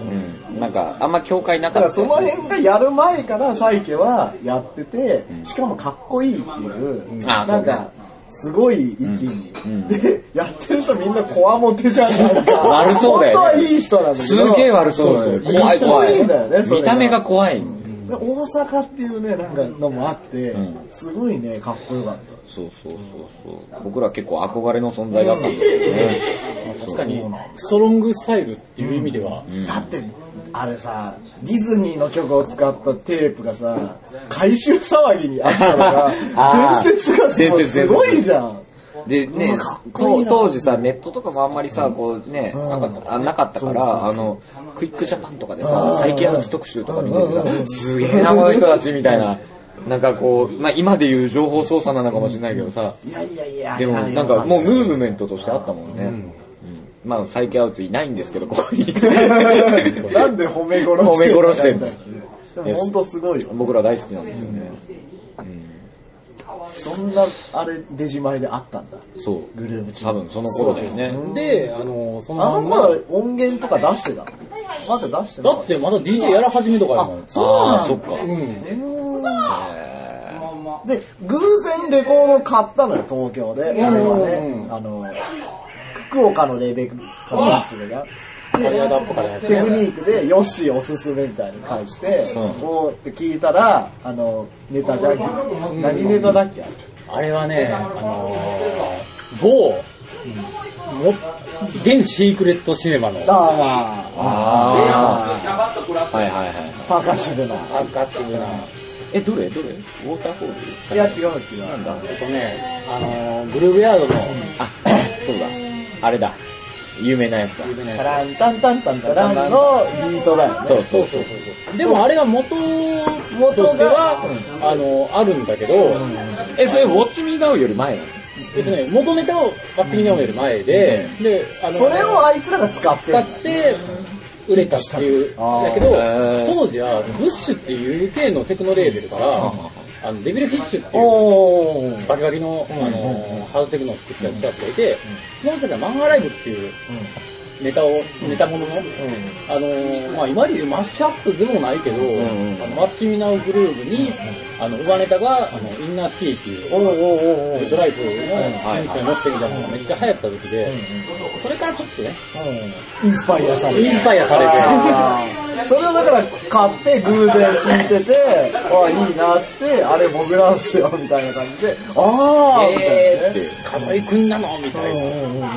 Speaker 1: うん。なんか、あんま境界なか
Speaker 3: だ
Speaker 1: っ
Speaker 3: か
Speaker 1: た。
Speaker 3: らその辺がやる前からサイケはやってて、しかもかっこいいっていう、
Speaker 1: あ
Speaker 3: なん
Speaker 1: そうね
Speaker 3: か、すごい域に、
Speaker 1: ん
Speaker 3: で、やってる人みんなこわもてじゃん。なんか
Speaker 1: 悪そうだよね
Speaker 3: 本当はいい人なんだけど。
Speaker 1: すげえ悪そうだよね
Speaker 3: そうそう
Speaker 1: 怖い怖
Speaker 3: いい人だよね、
Speaker 1: い。
Speaker 3: それ
Speaker 1: 見た目が怖い。
Speaker 3: で大阪っていうね、なんかのもあって、
Speaker 1: う
Speaker 3: すごいね、かっこよかっ
Speaker 1: そうそうそうそう。僕ら結構憧れの存在だったんですけどね。
Speaker 2: 確かに、ストロングスタイルっていう意味では、
Speaker 3: た。だって、あれさ、ディズニーの曲を使ったテープがさ、回収騒ぎにあった の
Speaker 1: あ
Speaker 3: が、
Speaker 1: ー
Speaker 3: 伝説がす
Speaker 1: 伝
Speaker 3: ごい
Speaker 1: 説
Speaker 3: すごいじゃん。
Speaker 1: でね、
Speaker 3: かっこい
Speaker 1: 当
Speaker 3: いな
Speaker 1: 当時さ、ネットとかもあんまりさ、こうね、なかったあなかったから、あの、クイックジャパンとかでさ、最近ハウス特集とか見ててさ、すげえな、この人たちみたいな。なんかこう、まあ今でいう情報操作なのかもしれないけどさ、
Speaker 3: いやいやいや。
Speaker 1: でもなんかもうムーブメントとしてあったもんね。うんまあ最近ハウスいないんですけど、ここに。
Speaker 3: なんで褒め殺してんの
Speaker 1: 褒め殺してんの
Speaker 3: でも本当すごいよ。
Speaker 1: 僕ら大好きなんですよね。
Speaker 3: そんな、あれ、出じまいであったんだ。
Speaker 1: そう。
Speaker 3: グループチ
Speaker 1: 多分その頃だよね。
Speaker 2: で、あの、そ
Speaker 3: あの
Speaker 2: のまんま
Speaker 3: 頃音源とか出してたまだ出して
Speaker 2: だ
Speaker 3: なか
Speaker 2: っ
Speaker 3: った。
Speaker 2: てまだ DJ やら始めたからもん。
Speaker 3: そう
Speaker 1: あ
Speaker 3: な
Speaker 1: あ、
Speaker 3: ん
Speaker 1: そ
Speaker 3: だ
Speaker 1: っか。
Speaker 2: うん。
Speaker 3: で、偶然レコードを買ったのよ、東京で。
Speaker 2: ん
Speaker 3: あれはね
Speaker 2: う、ん
Speaker 3: あの、福岡のレーベルから出してたから。
Speaker 2: タ
Speaker 3: で
Speaker 2: イヤダップからやって
Speaker 3: テクニークで、ヨッシーおすすめみたいに書いてて、おーって聞いたら、あの、ネタじゃんけん。何ネタだっけ
Speaker 2: あれはね、あのー、某、も、現シークレットシネマの
Speaker 3: ああ、
Speaker 1: ああ。はいはいはい。
Speaker 3: パーカッシブな。
Speaker 2: アーカッシブな、
Speaker 1: え、どれどれウォーターホール
Speaker 3: いや、違う違う。なんだ
Speaker 2: えっとね、あのー、グルーブヤードの、
Speaker 1: あ、 そうだ。あれだ。有名なやつだ。
Speaker 3: タランタンタンタンタランのビートだよね。
Speaker 1: そうそうそう。
Speaker 2: そうそうそう。でもあれは元としては、あのー、あるんだけど、
Speaker 1: え、それ、ウォッチミーダウより前なの
Speaker 2: えっとね、元ネタを勝手に飲むより前で、で、あのー、
Speaker 3: それをあいつらが使ってん
Speaker 2: 使
Speaker 3: だ
Speaker 2: って、売れたっていう。
Speaker 3: あー
Speaker 2: だけど
Speaker 1: へー、
Speaker 2: 当時は、ブッシュっていう UK のテクノレーベルから、あの、デビルフィッシュっていう、
Speaker 3: おー。
Speaker 2: バキバキの、あのー、ハードテクノを作った人たちがいて、その人たちがマンガライブっていう、ネタを、ネタものの、あのー、まあ今でいうマッシュアップでもないけど、
Speaker 1: ん
Speaker 2: あのマッチミナウグルーヴに、あの、上ネタが、あの、インナースキーっていう、
Speaker 3: おーおーおーおー
Speaker 2: ドライフのシンセを乗せてみたいなのがめっちゃ流行った時で、それからちょっとね、
Speaker 3: インスパイアされ
Speaker 2: イン
Speaker 3: て。
Speaker 2: スパイアされ て、
Speaker 3: それをだから買って偶然聞いてて、ああ、いいなっつって、あれ僕なんすよ、みたいな感じで、ああみたいな
Speaker 2: えーっ
Speaker 3: ね。
Speaker 2: て、鴨井くんなのみたいな。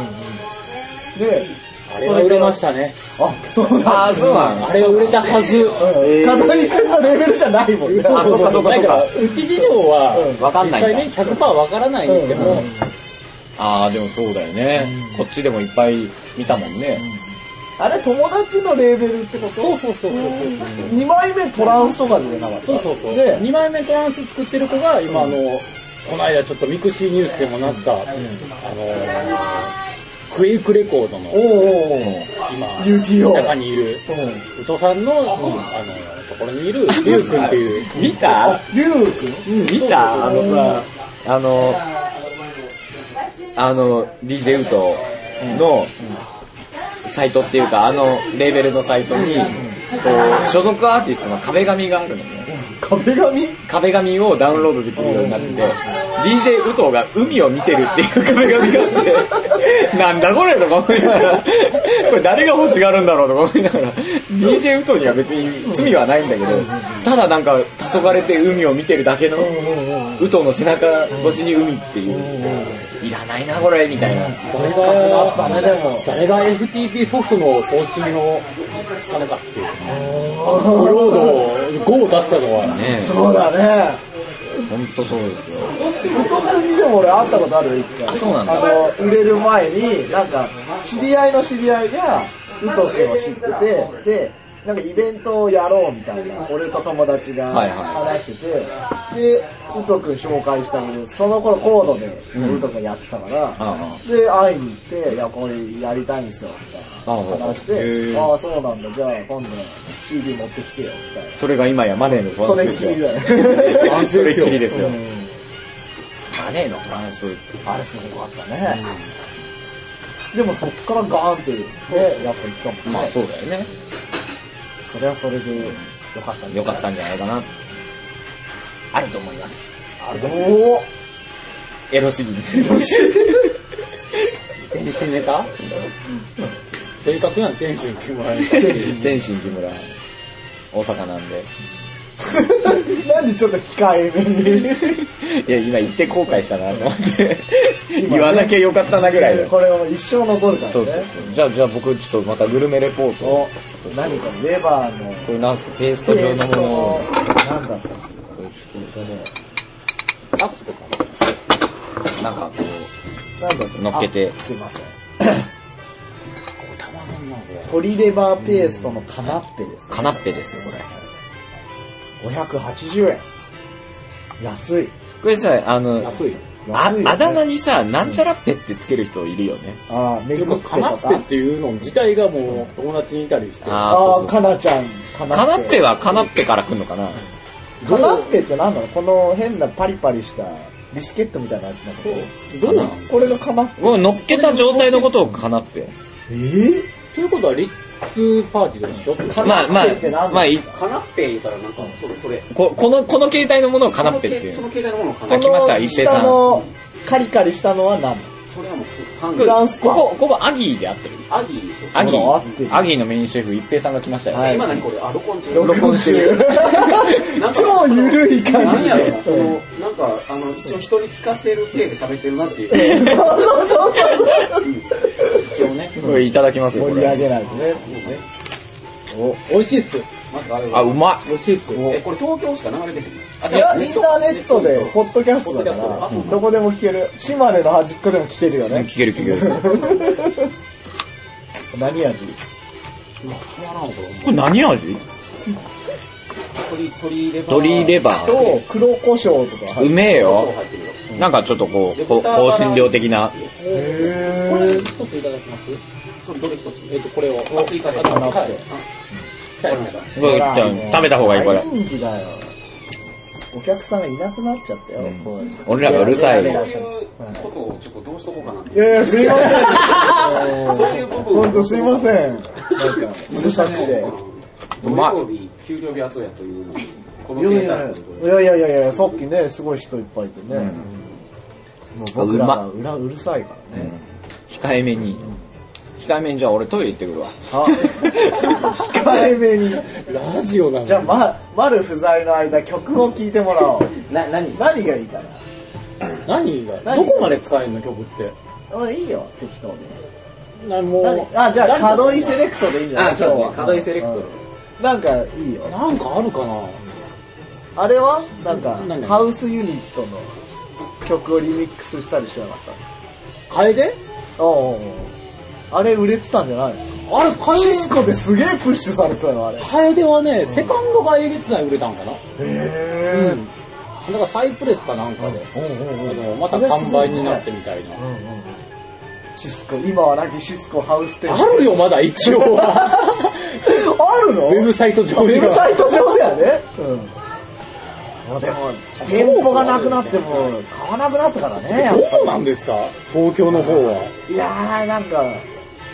Speaker 3: で、
Speaker 2: あれは売れましたね。
Speaker 3: あ、そう
Speaker 1: あ
Speaker 3: な
Speaker 1: あ、
Speaker 3: んだ。
Speaker 1: そうなの
Speaker 2: あれは売れたはず。
Speaker 3: うんカトリックのレベルじゃないもんね。
Speaker 2: そうそうそう
Speaker 3: あっか
Speaker 2: だ
Speaker 3: っ
Speaker 2: か、
Speaker 3: から
Speaker 2: うち事情は、
Speaker 1: わかんないんだ
Speaker 2: 実際ね、100%わからないにしても、
Speaker 1: ああ、でもそうだよね。こっちでもいっぱい見たもんね。
Speaker 3: あれ友達のレベルってこと
Speaker 2: そうそうそうそうそうそう。
Speaker 3: 2枚目トランスとかじゃなかった
Speaker 2: そうそうそう。
Speaker 3: で、
Speaker 2: 2枚目トランス作ってる子が、今あの、この間ちょっとミクシーニュースでもなった、あの、クエイクレコード
Speaker 3: お
Speaker 2: の、
Speaker 3: ーおー
Speaker 2: 今、
Speaker 3: UTO
Speaker 2: 中にいる、
Speaker 3: おー。
Speaker 2: 宇都さんの、あの、ところにいる、リュウ君っていう、
Speaker 1: 見た
Speaker 3: リュウ君
Speaker 1: うん、見たあのさ、あの、あの、DJ ウトのサイトっていうか、あのレーベルのサイトに、こう、所属アーティストの壁紙があるのね。
Speaker 3: 壁紙
Speaker 1: 壁紙をダウンロードできるようになってて、DJ ウトが海を見てるっていう壁紙があって、なんだこれとか思いながら、これ誰が欲しがるんだろうとか思いながら、DJ ウトには別に罪はないんだけど、ただなんか、黄昏れて海を見てるだけの、ウトの背中越しに海っていう、いらないなこれ、みたいな。
Speaker 2: 誰が、
Speaker 3: ダメでも。
Speaker 2: 誰が FTP ソフトの送信をしたのかっていう。
Speaker 3: そ
Speaker 2: ブロード5を出したのは、
Speaker 1: ね
Speaker 3: うだね。
Speaker 1: ほんとそうですよ。
Speaker 3: うとくにでも俺会ったことあるよ、一回。
Speaker 1: あそうなんだ
Speaker 3: あの、売れる前に、なんか、知り合いの知り合いが、うとくを知ってて、で、なんかイベントをやろうみたいな、俺と友達が
Speaker 1: はいはい
Speaker 3: 話してて、で、うとく紹介したけど、その頃コードでうとくやってたから、
Speaker 1: ああ
Speaker 3: で、会いに行って、いや、これやりたいんですよ、みたいな話
Speaker 1: ああ
Speaker 3: して、
Speaker 1: へえ
Speaker 3: ああ、そうなんだ、じゃあ今度 CD 持ってきてよ、みたいな。
Speaker 1: それが今やマネーのフ
Speaker 3: そ
Speaker 1: ァン
Speaker 3: れっ
Speaker 1: です
Speaker 3: きり
Speaker 1: よ。
Speaker 3: だよ。
Speaker 1: それっきりですよ
Speaker 3: う。ん
Speaker 1: マネーのフランス。
Speaker 3: あれすごかったね。でもそっからガーンって、ね、やっぱ行ったもん
Speaker 1: まあ
Speaker 3: ね。
Speaker 1: そうだよね。
Speaker 3: それはそれでよかったね。
Speaker 1: 良かったんじゃないかな。あると思います。
Speaker 3: あれどう
Speaker 1: エロすぎる。
Speaker 2: 天津ネタ正確な天津木村ネタ。
Speaker 1: 天津木村、大阪なんで。
Speaker 3: なんでちょっと控えめに。
Speaker 1: いや、今言って後悔したなと思って。言わなきゃよかったなぐらいだよ。
Speaker 3: これを一生残るからね。
Speaker 1: そうそうそう。じゃあ、じゃあ僕ちょっとまたグルメレポートを。
Speaker 3: 何かレバーの、
Speaker 1: これなんすかペースト状のものを。
Speaker 3: なんだったえっとね、
Speaker 1: あ、そこかな。なんかこ
Speaker 3: なんだった
Speaker 1: 乗っけて
Speaker 3: あすいません。鶏レバーペーストのカナッペです
Speaker 1: う、。カナッペですよ、これ。
Speaker 3: 580円。安い。
Speaker 1: これさ、あの、
Speaker 2: 安い。
Speaker 1: あ
Speaker 3: 安いよね
Speaker 1: あだ名にさ、なんちゃらっぺってつける人いるよね。
Speaker 3: あー、
Speaker 2: て
Speaker 3: め
Speaker 2: い
Speaker 3: ぐっ
Speaker 2: う
Speaker 3: て
Speaker 2: か、かな
Speaker 3: と
Speaker 2: って
Speaker 3: か
Speaker 2: っ。ていうの自体がもう友達にいたりして、
Speaker 1: あー
Speaker 3: あ
Speaker 1: そう
Speaker 3: ー、
Speaker 1: そう。
Speaker 3: かなちゃん。か
Speaker 1: カナッペはカナッペから来んのかな
Speaker 3: カナッペって何なのこの変なパリパリしたビスケットみたいなやつなの
Speaker 2: どうなの
Speaker 3: これがカナッペ
Speaker 1: これ乗っけた状態のことをカナッペ。
Speaker 3: えー
Speaker 2: ということは、リッツパーティーでしょ
Speaker 1: まあま
Speaker 3: カナッペって
Speaker 1: あ、
Speaker 3: 何
Speaker 1: まあ、い
Speaker 4: カナッペ言うからなんか、それ、それ。
Speaker 1: ここの、この携帯のものをカナッペってい
Speaker 4: その
Speaker 1: う。
Speaker 4: 携帯のものをカナ
Speaker 1: あ
Speaker 4: ッ
Speaker 1: 来ました一平さん
Speaker 3: 下のカリカリしたのは何
Speaker 4: ペ。それはもう、ハン
Speaker 3: フランス
Speaker 1: こ
Speaker 3: パン
Speaker 1: こ、ここアギーで合ってる。
Speaker 4: アギーでしょ。
Speaker 1: アギ
Speaker 3: ほら合って
Speaker 1: ー。
Speaker 3: る
Speaker 1: アギーのメインシェフ、一平さんが来ましたよ。
Speaker 3: はい
Speaker 4: 今何これあ、録音中。
Speaker 3: 録音中
Speaker 4: なんか
Speaker 3: 超ゆるい感じ
Speaker 4: 何やろうな、そ
Speaker 3: で
Speaker 4: の、なんか、あの、一応人に聞かせる体で喋ってるなっていう。そうそうそう。一応ね。
Speaker 1: これいただきますよ、こ
Speaker 3: 盛り上
Speaker 1: れ。
Speaker 3: げないとね
Speaker 2: 美味しいっす。
Speaker 4: まさかあれ
Speaker 1: あ、うま
Speaker 2: 美味しいっす。
Speaker 1: お
Speaker 4: え、これ東京しか流れてへんのあ
Speaker 3: いやインターネットでポッドキャストだか
Speaker 4: ポッドキャ
Speaker 3: ら
Speaker 4: ストあそう
Speaker 3: どこでも聞ける島根の端っこでも聞けるよ
Speaker 1: い。
Speaker 3: ね
Speaker 1: 聞ける聞け る。
Speaker 3: 何味
Speaker 4: たまらんわこれ。
Speaker 1: これ何味
Speaker 4: 鳥、鳥レバー。
Speaker 1: 鶏レバー。
Speaker 3: と黒胡椒とか
Speaker 1: うめえ
Speaker 4: そう
Speaker 1: よ。
Speaker 4: 入ってるよ。
Speaker 1: なんかちょっとこう、
Speaker 4: で
Speaker 1: こう
Speaker 4: 豚バラ
Speaker 1: 香辛料的な。
Speaker 2: これ
Speaker 3: へー
Speaker 2: 一ついただきます
Speaker 4: それどれ一つ
Speaker 2: えっと、これを。
Speaker 4: あ追加で。
Speaker 2: 頭
Speaker 4: は
Speaker 2: はいい。
Speaker 4: わかりました
Speaker 1: すごい食べた方がいい、これ
Speaker 3: 大。人気だよお客さんがいなくなっちゃったよ、そういうの
Speaker 1: 俺らがうるさい。
Speaker 4: そういうことをちょっとどうしとこうかなって
Speaker 3: い。やいや、すいませ
Speaker 4: そういう部
Speaker 3: ん。
Speaker 4: 分
Speaker 3: ほんとすいません。なんか、うるさくて。
Speaker 4: 土曜日、給料日後やというのをこのデータ
Speaker 3: いやいやいやいや、さっきね、すごい人いっぱいいてね。もう僕ら
Speaker 1: う
Speaker 3: が裏うるさいからね。
Speaker 1: 控えめに。控えめにじゃあ俺トイレ行ってくる わ。
Speaker 3: あ、控えめに。
Speaker 2: ラジオだ
Speaker 3: じゃ
Speaker 2: な
Speaker 3: あ、ま、まる不在の間、曲を聴いてもらおう。
Speaker 4: な、何
Speaker 3: 何がいいか
Speaker 2: 何が、ど
Speaker 3: 何
Speaker 2: こまで使えるの曲って。
Speaker 3: な。まあいいよ、適当に。
Speaker 2: なもう
Speaker 3: 何あ、じゃあ、
Speaker 2: 誰だ
Speaker 3: 角井セレクトでいいんじゃない
Speaker 4: あ、そうね。
Speaker 3: 今日は
Speaker 4: 角井セレクト。
Speaker 3: なんか、いいよ。
Speaker 2: なんかあるかな
Speaker 3: あれはなんか
Speaker 2: 何、
Speaker 3: ハウスユニットの曲をリミックスしたりしてなかった
Speaker 2: 楓
Speaker 3: おうおうおうあれ売れてたんじゃないの
Speaker 2: あれ、
Speaker 3: シス
Speaker 2: 楓、
Speaker 3: コですげえプッシュされてたのあれ。
Speaker 2: 楓はね、セカンドがえげつない売れたんかな
Speaker 3: へ
Speaker 2: だからサイプレスかなんかで。
Speaker 3: ぇー。
Speaker 2: あのまた完売になってみたいな。
Speaker 3: シスコ、今はなきシスコハウステー
Speaker 2: あ
Speaker 3: ション。
Speaker 2: るよ、まだ一 応は。
Speaker 3: あるの
Speaker 2: ウェブサイト上
Speaker 3: ウ
Speaker 2: に
Speaker 3: ェブ
Speaker 2: は。
Speaker 3: サイト上だよね。うん。もうでも、店舗がなくなっても、買わなくなったからね。やっぱ
Speaker 2: どうなんですか東京の方は。
Speaker 3: いやー、なんか、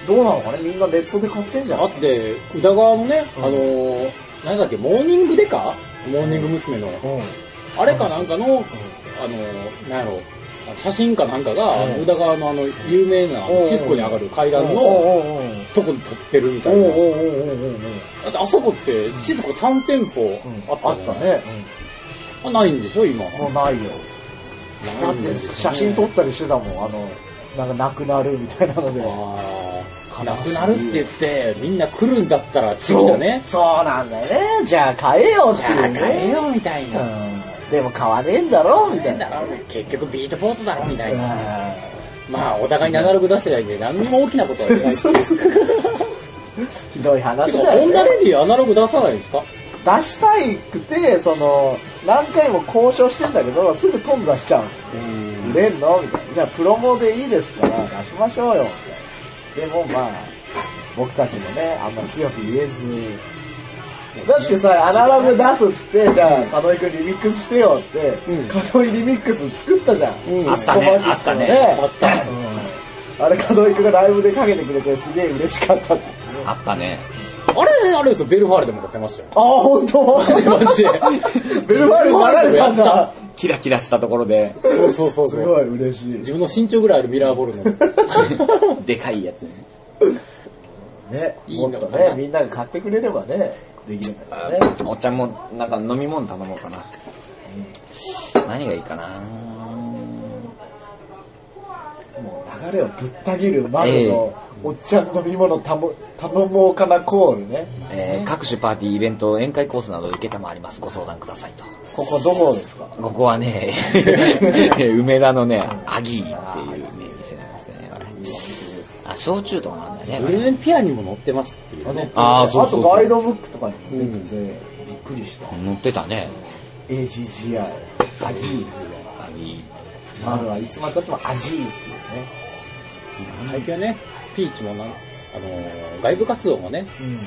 Speaker 3: どうなのかねみんなネットで買ってんじゃん。
Speaker 2: だって、宇田川のね、あのー、なんだっけ、モーニングデカモーニング娘。の。
Speaker 3: うん。
Speaker 2: あれかなんかの、あのー、なんやろ、写真かなんかが、あの宇田川のあの、有名な
Speaker 3: うん
Speaker 2: シスコに上がる階段
Speaker 3: お
Speaker 2: の
Speaker 3: うおうおう
Speaker 2: とこで撮ってるみた
Speaker 3: おう
Speaker 2: い
Speaker 3: お
Speaker 2: な。
Speaker 3: うおうおうおう
Speaker 2: だってあそこって、シスコ3店舗あった
Speaker 3: あ
Speaker 2: よ
Speaker 3: った。ね。
Speaker 2: あないんでしょ、今。
Speaker 3: もうないよ。だ
Speaker 2: な
Speaker 3: っ
Speaker 2: いん
Speaker 3: て
Speaker 2: ですね
Speaker 3: 写真撮ったりしてたもん、あの、なんかなくなるみたいなので。
Speaker 2: ああ、な
Speaker 3: 悲し
Speaker 2: く
Speaker 3: い
Speaker 2: なるって言って、みんな来るんだったら次だね。
Speaker 3: そうなんだよね。じゃあ買えよって
Speaker 2: じ
Speaker 3: いう
Speaker 2: ゃあ
Speaker 3: ね
Speaker 2: 変えようみたいな。
Speaker 3: うんでも買わねえんだろみたい
Speaker 2: だ
Speaker 3: な。
Speaker 2: ろ結局ビートポートだろみたいな。
Speaker 3: う
Speaker 2: まあ、お互いにアナログ出してないんで、何にも大きなことは言えない。
Speaker 3: ん
Speaker 2: て
Speaker 3: そうそうひどい話
Speaker 2: か、
Speaker 3: だ
Speaker 2: ホ
Speaker 3: よ
Speaker 2: ンダ
Speaker 3: ね。
Speaker 2: レディアナログ出さないですか
Speaker 3: 出したいくて、その、何回も交渉してんだけど、すぐ頓挫しちゃう。売れんのみたいな。じゃあプロモでいいですから、出しましょうよ。みたいなでもまあ、僕たちもね、あんま強く言えずに。だってさ、アナログ出すっつって、じゃあ、カノイ君リミックスしてよって、カノイリミックス作ったじゃん。
Speaker 2: うん
Speaker 3: あったね、あったね
Speaker 2: だったら。
Speaker 3: あれ、カノイ君がライブでかけてくれて、すげえ嬉しかったって。
Speaker 1: あったね。
Speaker 2: あれ、あれですよ、ベルファーレでも買ってましたよ。
Speaker 3: あ、ほんと
Speaker 2: マジで。
Speaker 3: ベルファール流れたんだ。
Speaker 1: キラキラしたところで、
Speaker 2: そうそうそう
Speaker 3: す
Speaker 2: そう。
Speaker 3: ごい嬉しい。
Speaker 2: 自分の身長ぐらいあるミラーボールの。
Speaker 1: でかいやつね。
Speaker 3: ね、
Speaker 2: いい
Speaker 3: も
Speaker 2: の
Speaker 3: っと
Speaker 2: かな
Speaker 3: ね、みんなが買ってくれればね、できるからね。
Speaker 1: お茶も、なんか飲み物頼もうかな。何がいいかな
Speaker 3: もう流れをぶった切る窓の、おっちゃん飲み物たも頼もうかなコールね。
Speaker 1: えー各種パーティー、イベント、宴会コースなど受けたまわります。ご相談くださいと。
Speaker 3: ここどこですか
Speaker 1: ここはね、梅田のね、アギーっていうね、店なんですね。これあ、焼酎とかなんだね。
Speaker 2: ブルーンピアにも乗ってますっていうね。
Speaker 1: あーそうそうそう
Speaker 3: あとガイドブックとかにも出てて、びっくりした。
Speaker 1: 乗ってたね。
Speaker 3: AGGI、アギー。
Speaker 1: アギ
Speaker 3: あるはいつまでたってもアジーっていうね。
Speaker 2: 最近はね、ピーチもな、あのー、外部活動もね、
Speaker 3: うん。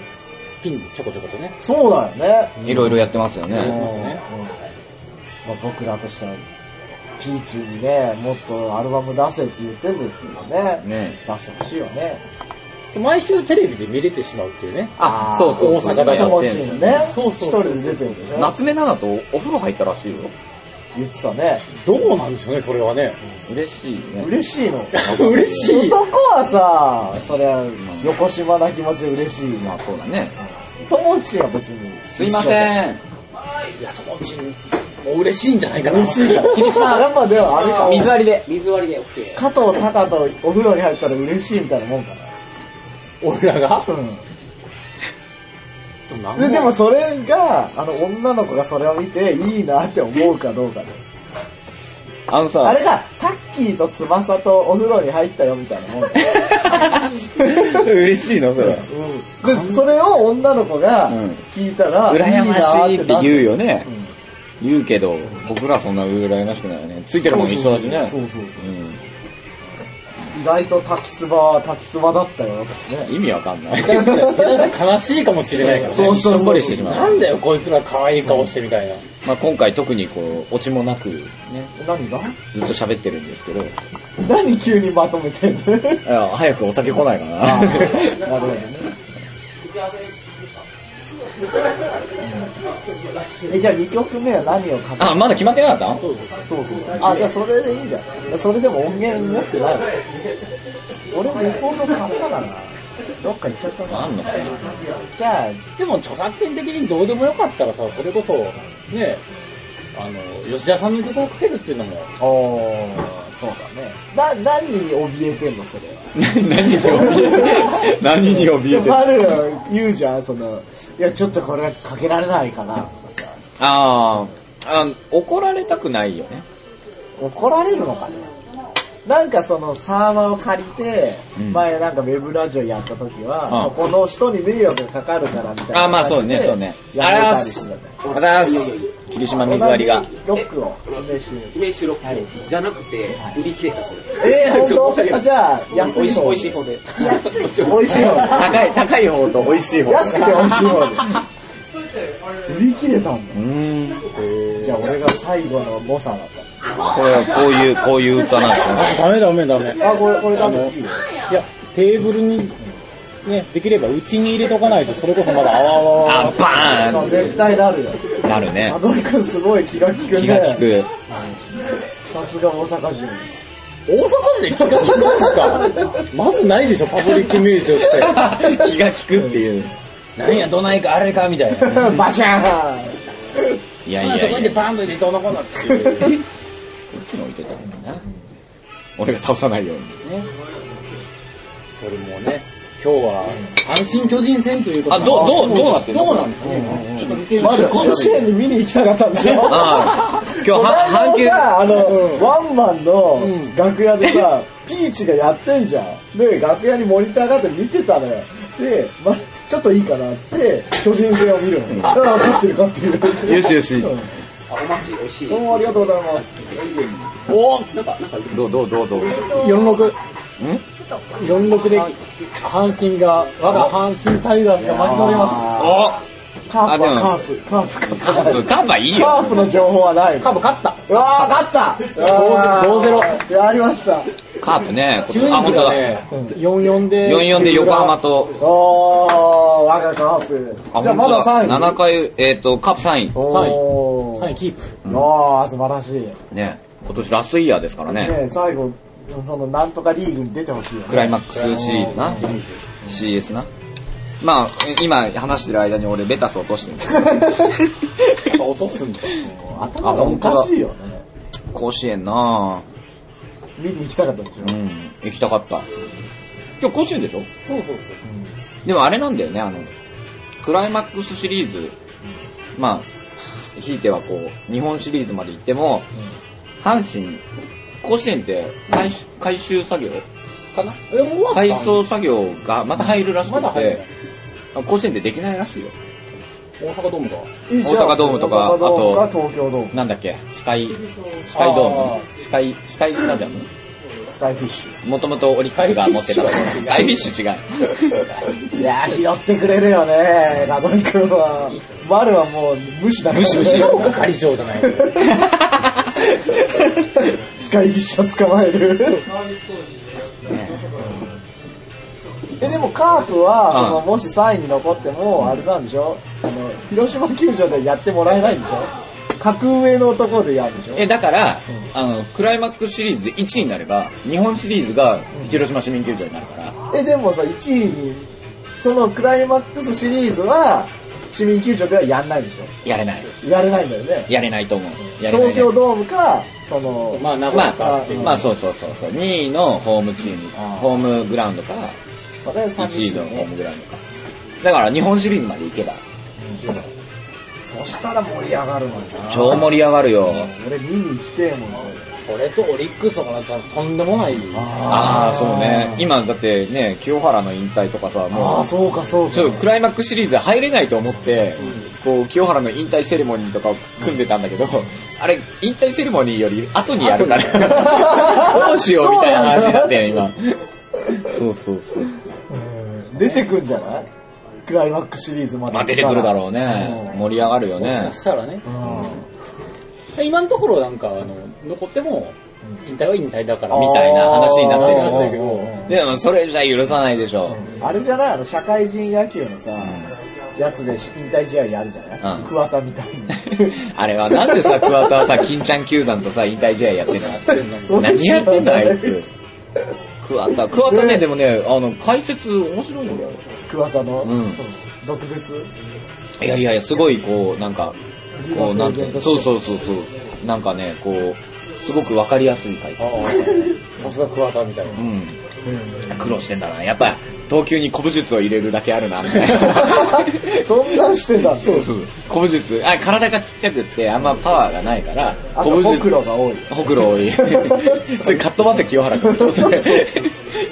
Speaker 2: ピンでちょこちょことね。
Speaker 3: そうだよね。
Speaker 1: いろいろやってますよ
Speaker 2: やって
Speaker 1: ね。
Speaker 2: ますよね。
Speaker 3: まあ、僕らとしては、ピーチにね、もっとアルバム出せって言ってんですよね。
Speaker 1: ね
Speaker 3: 出してほしいよね。
Speaker 2: 毎週テレビで見れてしまうっていうね。
Speaker 1: あ、そうそうそう。
Speaker 2: 大阪だ
Speaker 1: や
Speaker 2: よ
Speaker 1: っ
Speaker 3: 友
Speaker 1: てん
Speaker 3: 達
Speaker 1: ですよ
Speaker 3: にね。
Speaker 2: そうそうそうそ
Speaker 3: 一
Speaker 2: う
Speaker 3: 人で出てるでしょ。
Speaker 1: 夏目奈々とお風呂入ったらしいよ。
Speaker 3: 言ってたね。
Speaker 2: どうなんでしょうね、それはね。
Speaker 1: 嬉しいね。
Speaker 3: 嬉しいの。
Speaker 2: 嬉しい。
Speaker 3: 男はさ、そりゃ、横島な気持ちで嬉しい
Speaker 1: ま
Speaker 3: な
Speaker 1: あ。そうだね。
Speaker 3: 友達は別に。
Speaker 1: すいません。
Speaker 2: いや、そのうちに、もう嬉しいんじゃないかな。
Speaker 3: 嬉しいから。
Speaker 1: 霧島
Speaker 3: やっぱでもあれか。
Speaker 1: 水割りで。
Speaker 4: 水割りで OK。
Speaker 3: 加藤隆とお風呂に入ったら嬉しいみたいなもんか
Speaker 2: 俺らが
Speaker 3: な。うん。
Speaker 2: でもなん
Speaker 3: ででもそれが、あの女の子がそれを見ていいなって思うかどうかで。
Speaker 1: あのさ、
Speaker 3: あれだ、タッキーと翼とお風呂に入ったよみたいなもんだ よ。
Speaker 1: 嬉しいのそれ。
Speaker 3: うん。で、それを女の子が
Speaker 1: うん
Speaker 3: 聞いたら、
Speaker 1: 羨ましいって言う
Speaker 3: う。
Speaker 1: よね。言うけど、僕らそんな羨ましくないよね。ついてるもん一緒だしね。
Speaker 3: そうそうそう。
Speaker 1: う
Speaker 3: 意外と滝つばは滝つばだった よとかね。
Speaker 1: ん。意味わかん ない。
Speaker 2: 下手したら悲しいかもしれないからね。
Speaker 3: そうそう
Speaker 1: しょんぼりしてしまう。
Speaker 2: なんだよ、こいつら可愛い顔してみたいな。
Speaker 1: まあ今回特にこう、オチもなく、ね、
Speaker 3: 何が
Speaker 1: ずっと喋ってるんですけど、い
Speaker 3: 何急にまとめてんの
Speaker 1: や早くお酒来ないかな。
Speaker 3: なるほどね。え、じゃあ2曲目は何を書 く
Speaker 1: あ、まだ決まってなかった
Speaker 3: そうそう。あ、じゃあそれでいいんじゃん。それでも音源持ってない。俺レコード買ったかな。どっか行っちゃった
Speaker 1: あ
Speaker 3: な。
Speaker 1: んのかな
Speaker 3: じゃあ、
Speaker 2: でも著作権的にどうでもよかったらさ、それこそ、ね、あの、吉田さんの曲をかけるっていうのも、
Speaker 3: おー、そうだね。な、何に怯えてんの、それは。
Speaker 1: 何に怯えて何に
Speaker 3: い
Speaker 1: 怯
Speaker 3: や、
Speaker 1: えて
Speaker 3: マ
Speaker 1: あ
Speaker 3: ルが言うじゃん、その、いや、ちょっとこれはかけられないかな。
Speaker 1: ああ、怒られたくないよね。
Speaker 3: 怒られるのかねなんかそのサーバーを借りて、
Speaker 1: うん
Speaker 3: 前なんかウェブラジオやった時は、
Speaker 1: うん
Speaker 3: そこの人に迷惑がかかるからみたいな
Speaker 1: あーまあそうね
Speaker 3: 感じで
Speaker 1: そうね
Speaker 3: やめたりしてたね
Speaker 1: あざーす。霧島水割りが。
Speaker 3: 同じロックを練習
Speaker 4: 姫収録
Speaker 3: はい
Speaker 4: じゃなくて、売り切れたそれ。
Speaker 3: えー、
Speaker 4: ちょ
Speaker 3: ほ
Speaker 4: っと申し訳ない
Speaker 3: じゃあ安
Speaker 4: 美味
Speaker 3: い
Speaker 4: しい、
Speaker 3: 方
Speaker 4: 美味しい方で。
Speaker 3: 美味しい方
Speaker 1: 高い、高い方と美味しい方。
Speaker 3: 安くて美味しい方で売り切れたんだ
Speaker 1: うーん。
Speaker 3: じゃあ俺が最後の誤差だっ
Speaker 1: これはこういう、こういう器なんですよね。
Speaker 2: ダメダメダメ。
Speaker 3: たあこれこれ多分いいよ
Speaker 2: いや、テーブルに、ね、できればうちに入れとかないと、それこそまだあわあわあわあ
Speaker 1: あ
Speaker 2: わ、
Speaker 1: バ
Speaker 3: そう
Speaker 1: ー
Speaker 3: 絶対なるよ
Speaker 1: ンなるね
Speaker 3: ア。ドリ君すごい気が利くね
Speaker 1: 気が利く。
Speaker 3: さすが大阪人
Speaker 2: 大阪人で気が利くんすかまずないでしょ、パブリックミュージックって。
Speaker 1: 気が利くっていう。
Speaker 2: なんや、どないかあれかみ たいな。
Speaker 3: バシャーン
Speaker 1: いやい
Speaker 2: まあ
Speaker 1: や
Speaker 2: そ
Speaker 1: い
Speaker 2: こ
Speaker 1: や。
Speaker 2: にでバンドでどうのこうのっていう。
Speaker 1: こっちに置いてたけどな。俺が倒さないように。
Speaker 2: それもね、今日は、安心巨人戦ということ
Speaker 1: あ、どう、どう、どうなってんの
Speaker 2: どうなんですかね。ちょっと見てみま
Speaker 3: ま
Speaker 2: しょ
Speaker 3: だ
Speaker 2: う
Speaker 3: 甲子園に見に行きたかったんでしょ
Speaker 1: ああ。今日
Speaker 3: この
Speaker 1: は、
Speaker 3: 間
Speaker 1: 半
Speaker 3: も
Speaker 1: 球。
Speaker 3: さ、あの、ワンマンの楽屋でさ、ピーチがやってんじゃん。で、楽屋にモニターがあって見てたのよ。で、ま、ちょっといいかなっつって、巨人戦を見るの。ああ、勝ってる勝ってる。
Speaker 1: よしよし。
Speaker 4: あ、お待ち、美味しい。
Speaker 3: どうもありがとうございます。
Speaker 2: お
Speaker 4: なんか、なんか、
Speaker 1: どう、どう、どう、どう。
Speaker 2: !46。
Speaker 1: ん
Speaker 2: ?46 で、阪神が、我が阪神タイガースが巻き取りま
Speaker 1: お
Speaker 3: カープ
Speaker 1: あで
Speaker 3: は
Speaker 1: も
Speaker 3: カープ、カープ
Speaker 1: カ
Speaker 3: か。
Speaker 1: ップ、カップはいい
Speaker 3: カ
Speaker 1: よ。
Speaker 3: ープの情報はない
Speaker 2: す。。カープ勝った
Speaker 3: うわー、勝った
Speaker 2: 5-0
Speaker 3: 5-0。やりました。
Speaker 1: カープね。
Speaker 2: 中
Speaker 1: あ、
Speaker 2: 日
Speaker 1: 本当
Speaker 2: が
Speaker 1: だ。
Speaker 2: ね、4-4で、
Speaker 1: 44で横浜と、
Speaker 3: おー、我がカープ。じゃあまだ3位。
Speaker 1: 7回、えっ、と、カープ3
Speaker 3: おー
Speaker 2: 3位キープ。
Speaker 3: おー、素晴らしい。
Speaker 1: 位。ね。今年ラストイヤーですからね。
Speaker 3: ね最後、その、なんとかリーグに出てほしいよ
Speaker 1: ク
Speaker 3: ね。
Speaker 1: ライマックスシリーズな。CS な。まあ、え今話してる間に俺レタス落としてるんですけど
Speaker 2: 落とすんだ。
Speaker 3: 頭がおかしいよね。
Speaker 1: 甲子園な
Speaker 3: 見に行きたかったでしょ
Speaker 1: う。ん。行きたかった。今日甲子園でしょ
Speaker 2: そうそうそう。
Speaker 1: でもあれなんだよね、あの、クライマックスシリーズ、まあ、ひいてはこう、日本シリーズまで行っても、阪神、甲子園って回収回収作業
Speaker 2: かなえ、もう終わった
Speaker 1: 改装作業がまた入るらし
Speaker 2: まだ
Speaker 1: く
Speaker 2: 入る
Speaker 1: て、甲子園でできないらしいよ。
Speaker 2: 大阪ドームか。
Speaker 3: いいじゃん
Speaker 1: 大阪ドームとか
Speaker 3: 大阪ドーム
Speaker 1: あ
Speaker 3: か東京ドーム。
Speaker 1: なんだっけ、スカイ、スカイドー
Speaker 2: あ
Speaker 1: ムスカイ、スカイスタジアム
Speaker 2: ス
Speaker 3: カイフィッシ
Speaker 1: もともとオリックスが持ってた。ス
Speaker 2: ス
Speaker 1: カ
Speaker 2: カ
Speaker 1: イ
Speaker 2: イ
Speaker 1: フィッ
Speaker 2: フィ
Speaker 1: シ
Speaker 2: ッ
Speaker 1: ュ違う。
Speaker 3: ュ。いやー、拾ってくれるよね、ラドン君は。マルはもう無視だから、ね。
Speaker 1: 無視
Speaker 2: 超係長じゃない。
Speaker 3: ス カイフィッシュを捕まえる。え、でもカープは、
Speaker 1: うん
Speaker 3: その、もし3位に残っても、あれなんでしょあの、広島球場でやってもらえないんでしょ格上のところでやるんでしょ
Speaker 1: え、だから、あの、クライマックスシリーズで1位になれば、日本シリーズが広島市民球場になるから、
Speaker 3: え、でもさ、1位に、そのクライマックスシリーズは、市民球場ではやんないんでしょ
Speaker 1: やれない。
Speaker 3: やれないんだよね。
Speaker 1: やれないと思う。やれないね
Speaker 3: 東京ドームか、その、
Speaker 2: まあ、名古
Speaker 1: ま
Speaker 2: 屋か
Speaker 1: あ
Speaker 2: ってい、う。
Speaker 1: まあそうそうそうそう。2位のホームチーム、ホームグラウンドか、
Speaker 3: それ寂
Speaker 1: 1位
Speaker 3: しい
Speaker 1: のホー
Speaker 3: ね。
Speaker 1: ムグラウンドか。だから日本シリーズまで行けば、
Speaker 3: そしたら盛り上がるのにな。
Speaker 1: 超盛り上がるよ。
Speaker 3: 俺見に行きてえもん、それ
Speaker 2: それとオリックスとかなんかとんでもない。
Speaker 1: ああ、そうね。今だってね、清原の引退とかさ、
Speaker 3: あ
Speaker 1: も
Speaker 3: あ、
Speaker 1: う、
Speaker 3: そうか、そうか。
Speaker 1: ちょっとクライマックスシリーズ入れないと思って、こう、清原の引退セレモニーとかを組んでたんだけど、あれ、引退セレモニーより後にやるから、どうしようみたいな話になって今。そうそうそう。
Speaker 3: うん出てくんじゃないクライマックスシリーズまで。
Speaker 1: まあ出てくるだろうね。盛り上がるよ
Speaker 2: もし
Speaker 1: ね
Speaker 2: か。したらね。
Speaker 3: うん。
Speaker 2: 今のところなんか、あの、残っても、引退は引退だから、
Speaker 1: み
Speaker 2: みた
Speaker 1: た
Speaker 2: い
Speaker 1: い
Speaker 2: な
Speaker 1: な
Speaker 2: 話
Speaker 1: 話
Speaker 2: に
Speaker 1: に
Speaker 2: な
Speaker 1: なっ
Speaker 2: っ
Speaker 1: てて
Speaker 2: る
Speaker 1: る
Speaker 2: な
Speaker 1: よ
Speaker 2: ってるけど、
Speaker 3: う
Speaker 1: でもそれじゃ許さないでしょ。
Speaker 3: んあれじゃないあの、社会人野球のさ、やつで引退試合やるじゃな
Speaker 1: う
Speaker 3: い
Speaker 1: ん
Speaker 3: 桑田みたいに。
Speaker 1: あれはなんでさ、桑田はさ、金ちゃん球団とさ、引退試合やってん
Speaker 3: ど
Speaker 1: の
Speaker 3: う
Speaker 1: 何
Speaker 3: しよ
Speaker 1: や
Speaker 3: う
Speaker 1: ってんだ、あいつ。 桑田、桑田ね、でもね、あの、解説面白いんだよ。
Speaker 3: 桑田の、
Speaker 1: ん
Speaker 3: うん毒舌。
Speaker 1: いやいやいや、すごいこう、なんか、
Speaker 3: リーダ
Speaker 1: こう、な
Speaker 3: ー
Speaker 1: ん
Speaker 3: 制
Speaker 1: て
Speaker 3: 限として
Speaker 1: そうそうそうそう。なんかね、こう、すごくわかりやすい解説。
Speaker 2: さすが桑田みたいな
Speaker 1: う。ん。苦労してんだな。やっぱ、投球に古武術を入れるだけある な、みたいな。
Speaker 3: そんなんしてたそう
Speaker 1: そう。古武術。あ、体がちっちゃくって、あんまパワーがないから、
Speaker 3: あ
Speaker 1: 古
Speaker 3: と、
Speaker 1: 武
Speaker 3: ほ
Speaker 1: 術
Speaker 3: く。ろが多い。
Speaker 1: ほくろ 多い。それかっ飛ばせ清原君と一緒で。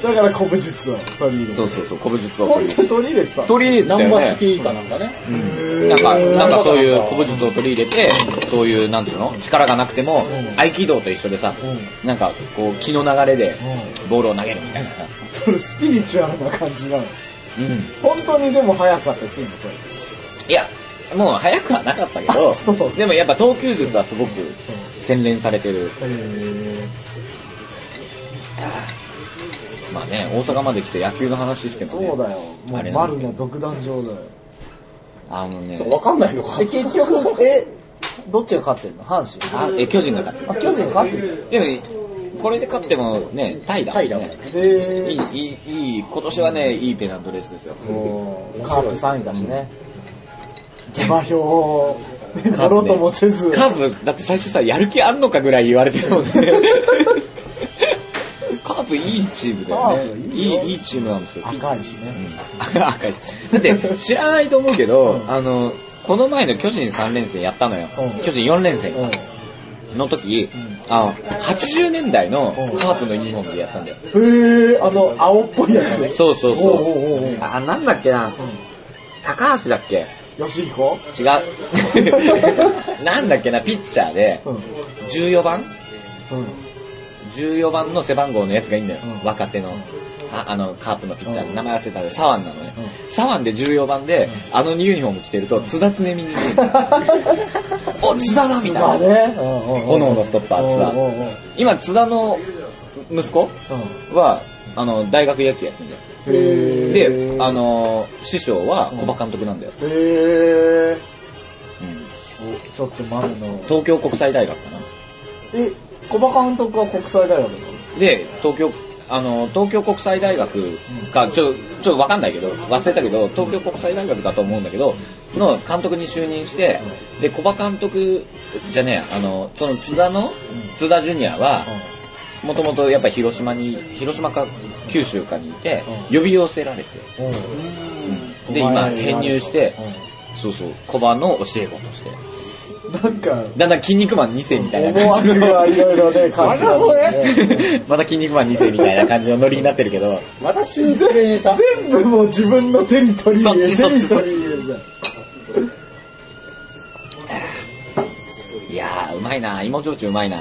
Speaker 3: だから、古武術を取り入れ
Speaker 1: そ
Speaker 3: る。
Speaker 1: うそうそう、古武術を取
Speaker 3: 本
Speaker 1: り
Speaker 3: 当
Speaker 1: 入れ
Speaker 3: に取り入れてた。
Speaker 1: 取り入れて
Speaker 2: ナ
Speaker 1: た
Speaker 2: ン
Speaker 1: よ
Speaker 2: バ
Speaker 1: ね
Speaker 2: ー。シティかなんかね。
Speaker 1: なんか、なんかそういう古武術を取り入れて、そういう、なんていうの力がなくても、合気道と一緒でさ、なんか、こう、気の流れで、ボールを投げるみたいなさ。
Speaker 3: それスピリチュアルな感じなの。
Speaker 1: うん。
Speaker 3: 本当にでも早かったりするの、それ。
Speaker 1: いや、もう早くはなかったけど
Speaker 3: あそう、
Speaker 1: でもやっぱ投球術はすごく洗練されてる。まあね、大阪まで来て野球の話しても
Speaker 3: そ
Speaker 1: ね。
Speaker 3: うだよ。も
Speaker 1: あれ
Speaker 3: う、
Speaker 1: な
Speaker 3: 丸
Speaker 1: んですけど
Speaker 3: の独壇場だよ。
Speaker 1: あのね
Speaker 2: ちょ、っとわかんないのか
Speaker 3: え、。結局、え、どっちが勝ってんの阪神。
Speaker 1: あえ巨人が勝っ
Speaker 3: あ、巨人勝ってる。
Speaker 1: た。でも、これで勝ってもね、タイだもん
Speaker 2: タイだもん
Speaker 1: ね
Speaker 2: ね。
Speaker 3: え
Speaker 1: いい、いい、いい、今年はね、いいペナントレースですよ。
Speaker 3: ー、カープ3位だしね。下馬評をね取ろうともせず。
Speaker 1: カープ、だって最初さ、やる気あんのかぐらい言われてる もんね。カープいいチームだよ
Speaker 3: カ
Speaker 1: ね
Speaker 3: ー。プいい
Speaker 1: い
Speaker 3: よ
Speaker 1: い、いいチームなんですよ。
Speaker 3: 赤いしね。
Speaker 1: うん赤い。だって、知らないと思うけど、あの、この前の巨人3連戦やったのよ
Speaker 3: うん。
Speaker 1: 巨人4連戦
Speaker 3: うん。
Speaker 1: かの時、あの、80年代のカープのユニフォームでやったんだよ。
Speaker 3: えー、あの、青っぽいやつ。
Speaker 1: そうそう
Speaker 3: おうお
Speaker 1: そう。
Speaker 3: うおうおう。
Speaker 1: あ、なんだっけな。高橋だっけ
Speaker 3: 吉彦
Speaker 1: 違 う。なんだっけな、ピッチャーで
Speaker 3: う、ん。うん。
Speaker 1: 14番 ?14 番の背番号のやつがいいんだよ。若手の。ああの、カープのピッチャーで名前忘れたけど、サワンなのね。サワンで14番で、あのユニフォーム着てると、津田常見に似てる。お、津田だみ
Speaker 3: ま
Speaker 1: た
Speaker 3: あ
Speaker 1: いな。
Speaker 3: ね。うんうんうん
Speaker 1: 炎のストッパー津田
Speaker 3: うんうんうん
Speaker 1: 今、津田の息子は、あの、大学野球やってんだよ。
Speaker 3: うん。へ
Speaker 1: で、あの、師匠は小葉監督なんだよ。
Speaker 3: ー。へー。
Speaker 1: うん
Speaker 3: おちょっと丸の。
Speaker 1: 東京国際大学かな。
Speaker 3: え、小馬監督は国際大学なの
Speaker 1: で、東京、あの、東京国際大学か、ちょ、ちょ、わかんないけど、忘れたけど、東京国際大学だと思うんだけど、の監督に就任して、で、小場監督じゃねえ、あの、その津田の、津田ジュニアは、もともとやっぱ広島に、広島か九州かにいて、呼び寄せられて、うんで、
Speaker 3: お
Speaker 1: 今
Speaker 3: 前に
Speaker 1: 編入して、そうそう、小場の教え子として、
Speaker 3: なんか、
Speaker 1: だんだん筋肉マン2世みたいな
Speaker 3: 思
Speaker 1: 感じ
Speaker 3: 惑
Speaker 1: の、
Speaker 3: がいろいろね、感じられてね
Speaker 1: また筋肉マン2世みたいな感じのノリになってるけど、
Speaker 2: また修正ネタ。
Speaker 3: 全部もう自分のテリトリー
Speaker 1: そっちそっ
Speaker 3: テ
Speaker 1: ち
Speaker 3: リトリーじゃん。
Speaker 1: いやー、うまいな。芋焼酎うまいな。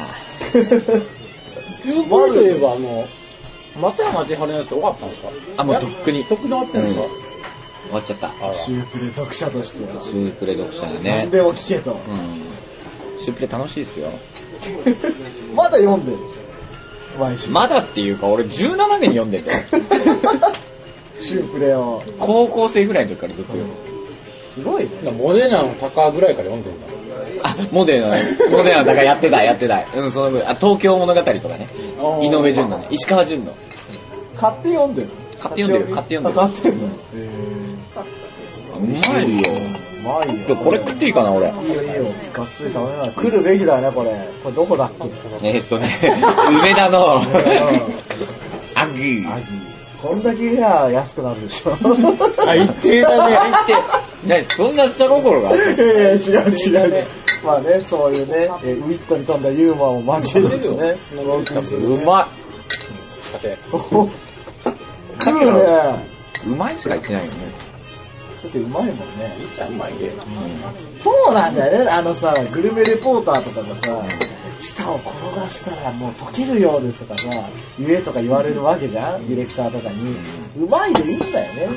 Speaker 2: キューボーイといえば、あの、松山千春のやつって終わったんですか
Speaker 1: あ、もうとっくに。
Speaker 2: とっくに終わってんですか
Speaker 1: 終わっちゃった。
Speaker 2: あら。
Speaker 3: シュープレ読者としては
Speaker 1: シュープレ読者だね
Speaker 3: 何。でも聞けと
Speaker 1: うん。シュープレ楽しいですよ。
Speaker 3: まだ読んでる毎週
Speaker 1: まだっていうか、俺17年読んで て。
Speaker 3: シュープレを
Speaker 1: 高校生ぐらいの時からずっと読んでる
Speaker 3: すごいね
Speaker 2: だからモデナの高ぐらいから読んでんだ。
Speaker 1: あ、モデルの、モデルの、だからやってた、やってた。うん、その分。あ、東京物語とかね。
Speaker 2: ー
Speaker 1: 井上淳のね。石川淳の。
Speaker 3: 買って読んでる
Speaker 1: 買って読んでる買って読んでる
Speaker 3: あ買ってんのへ
Speaker 1: うまいよ。
Speaker 3: ーうまい
Speaker 1: で
Speaker 3: よ
Speaker 1: これ食っていいかな、俺。
Speaker 3: いいよいいよがっつり食べない来るべきだねこれこれどこだっけ
Speaker 1: えーっとね、 梅田の、 アグ
Speaker 3: アギ
Speaker 1: ー。
Speaker 3: ーこんだけが安くなるでしょ
Speaker 2: 最低だね。
Speaker 1: って、ね、そんな下心がある
Speaker 3: いやいや違う違う、まあねそういうねえウィットに富んだユーモアを交えですねお送りする
Speaker 1: うま
Speaker 2: さて、
Speaker 3: お 来るねだ
Speaker 1: い。うまいしか言ってないよね。
Speaker 3: ってうまいもんね
Speaker 2: いいじゃん、うまいで。
Speaker 3: そうなんだよね、あのさ、グルメレポーターとかがさ、舌を転がしたらもう溶けるようですとかさ、言えとか言われるわけじゃん、ディレクターとかに。うまいでいいんだよね。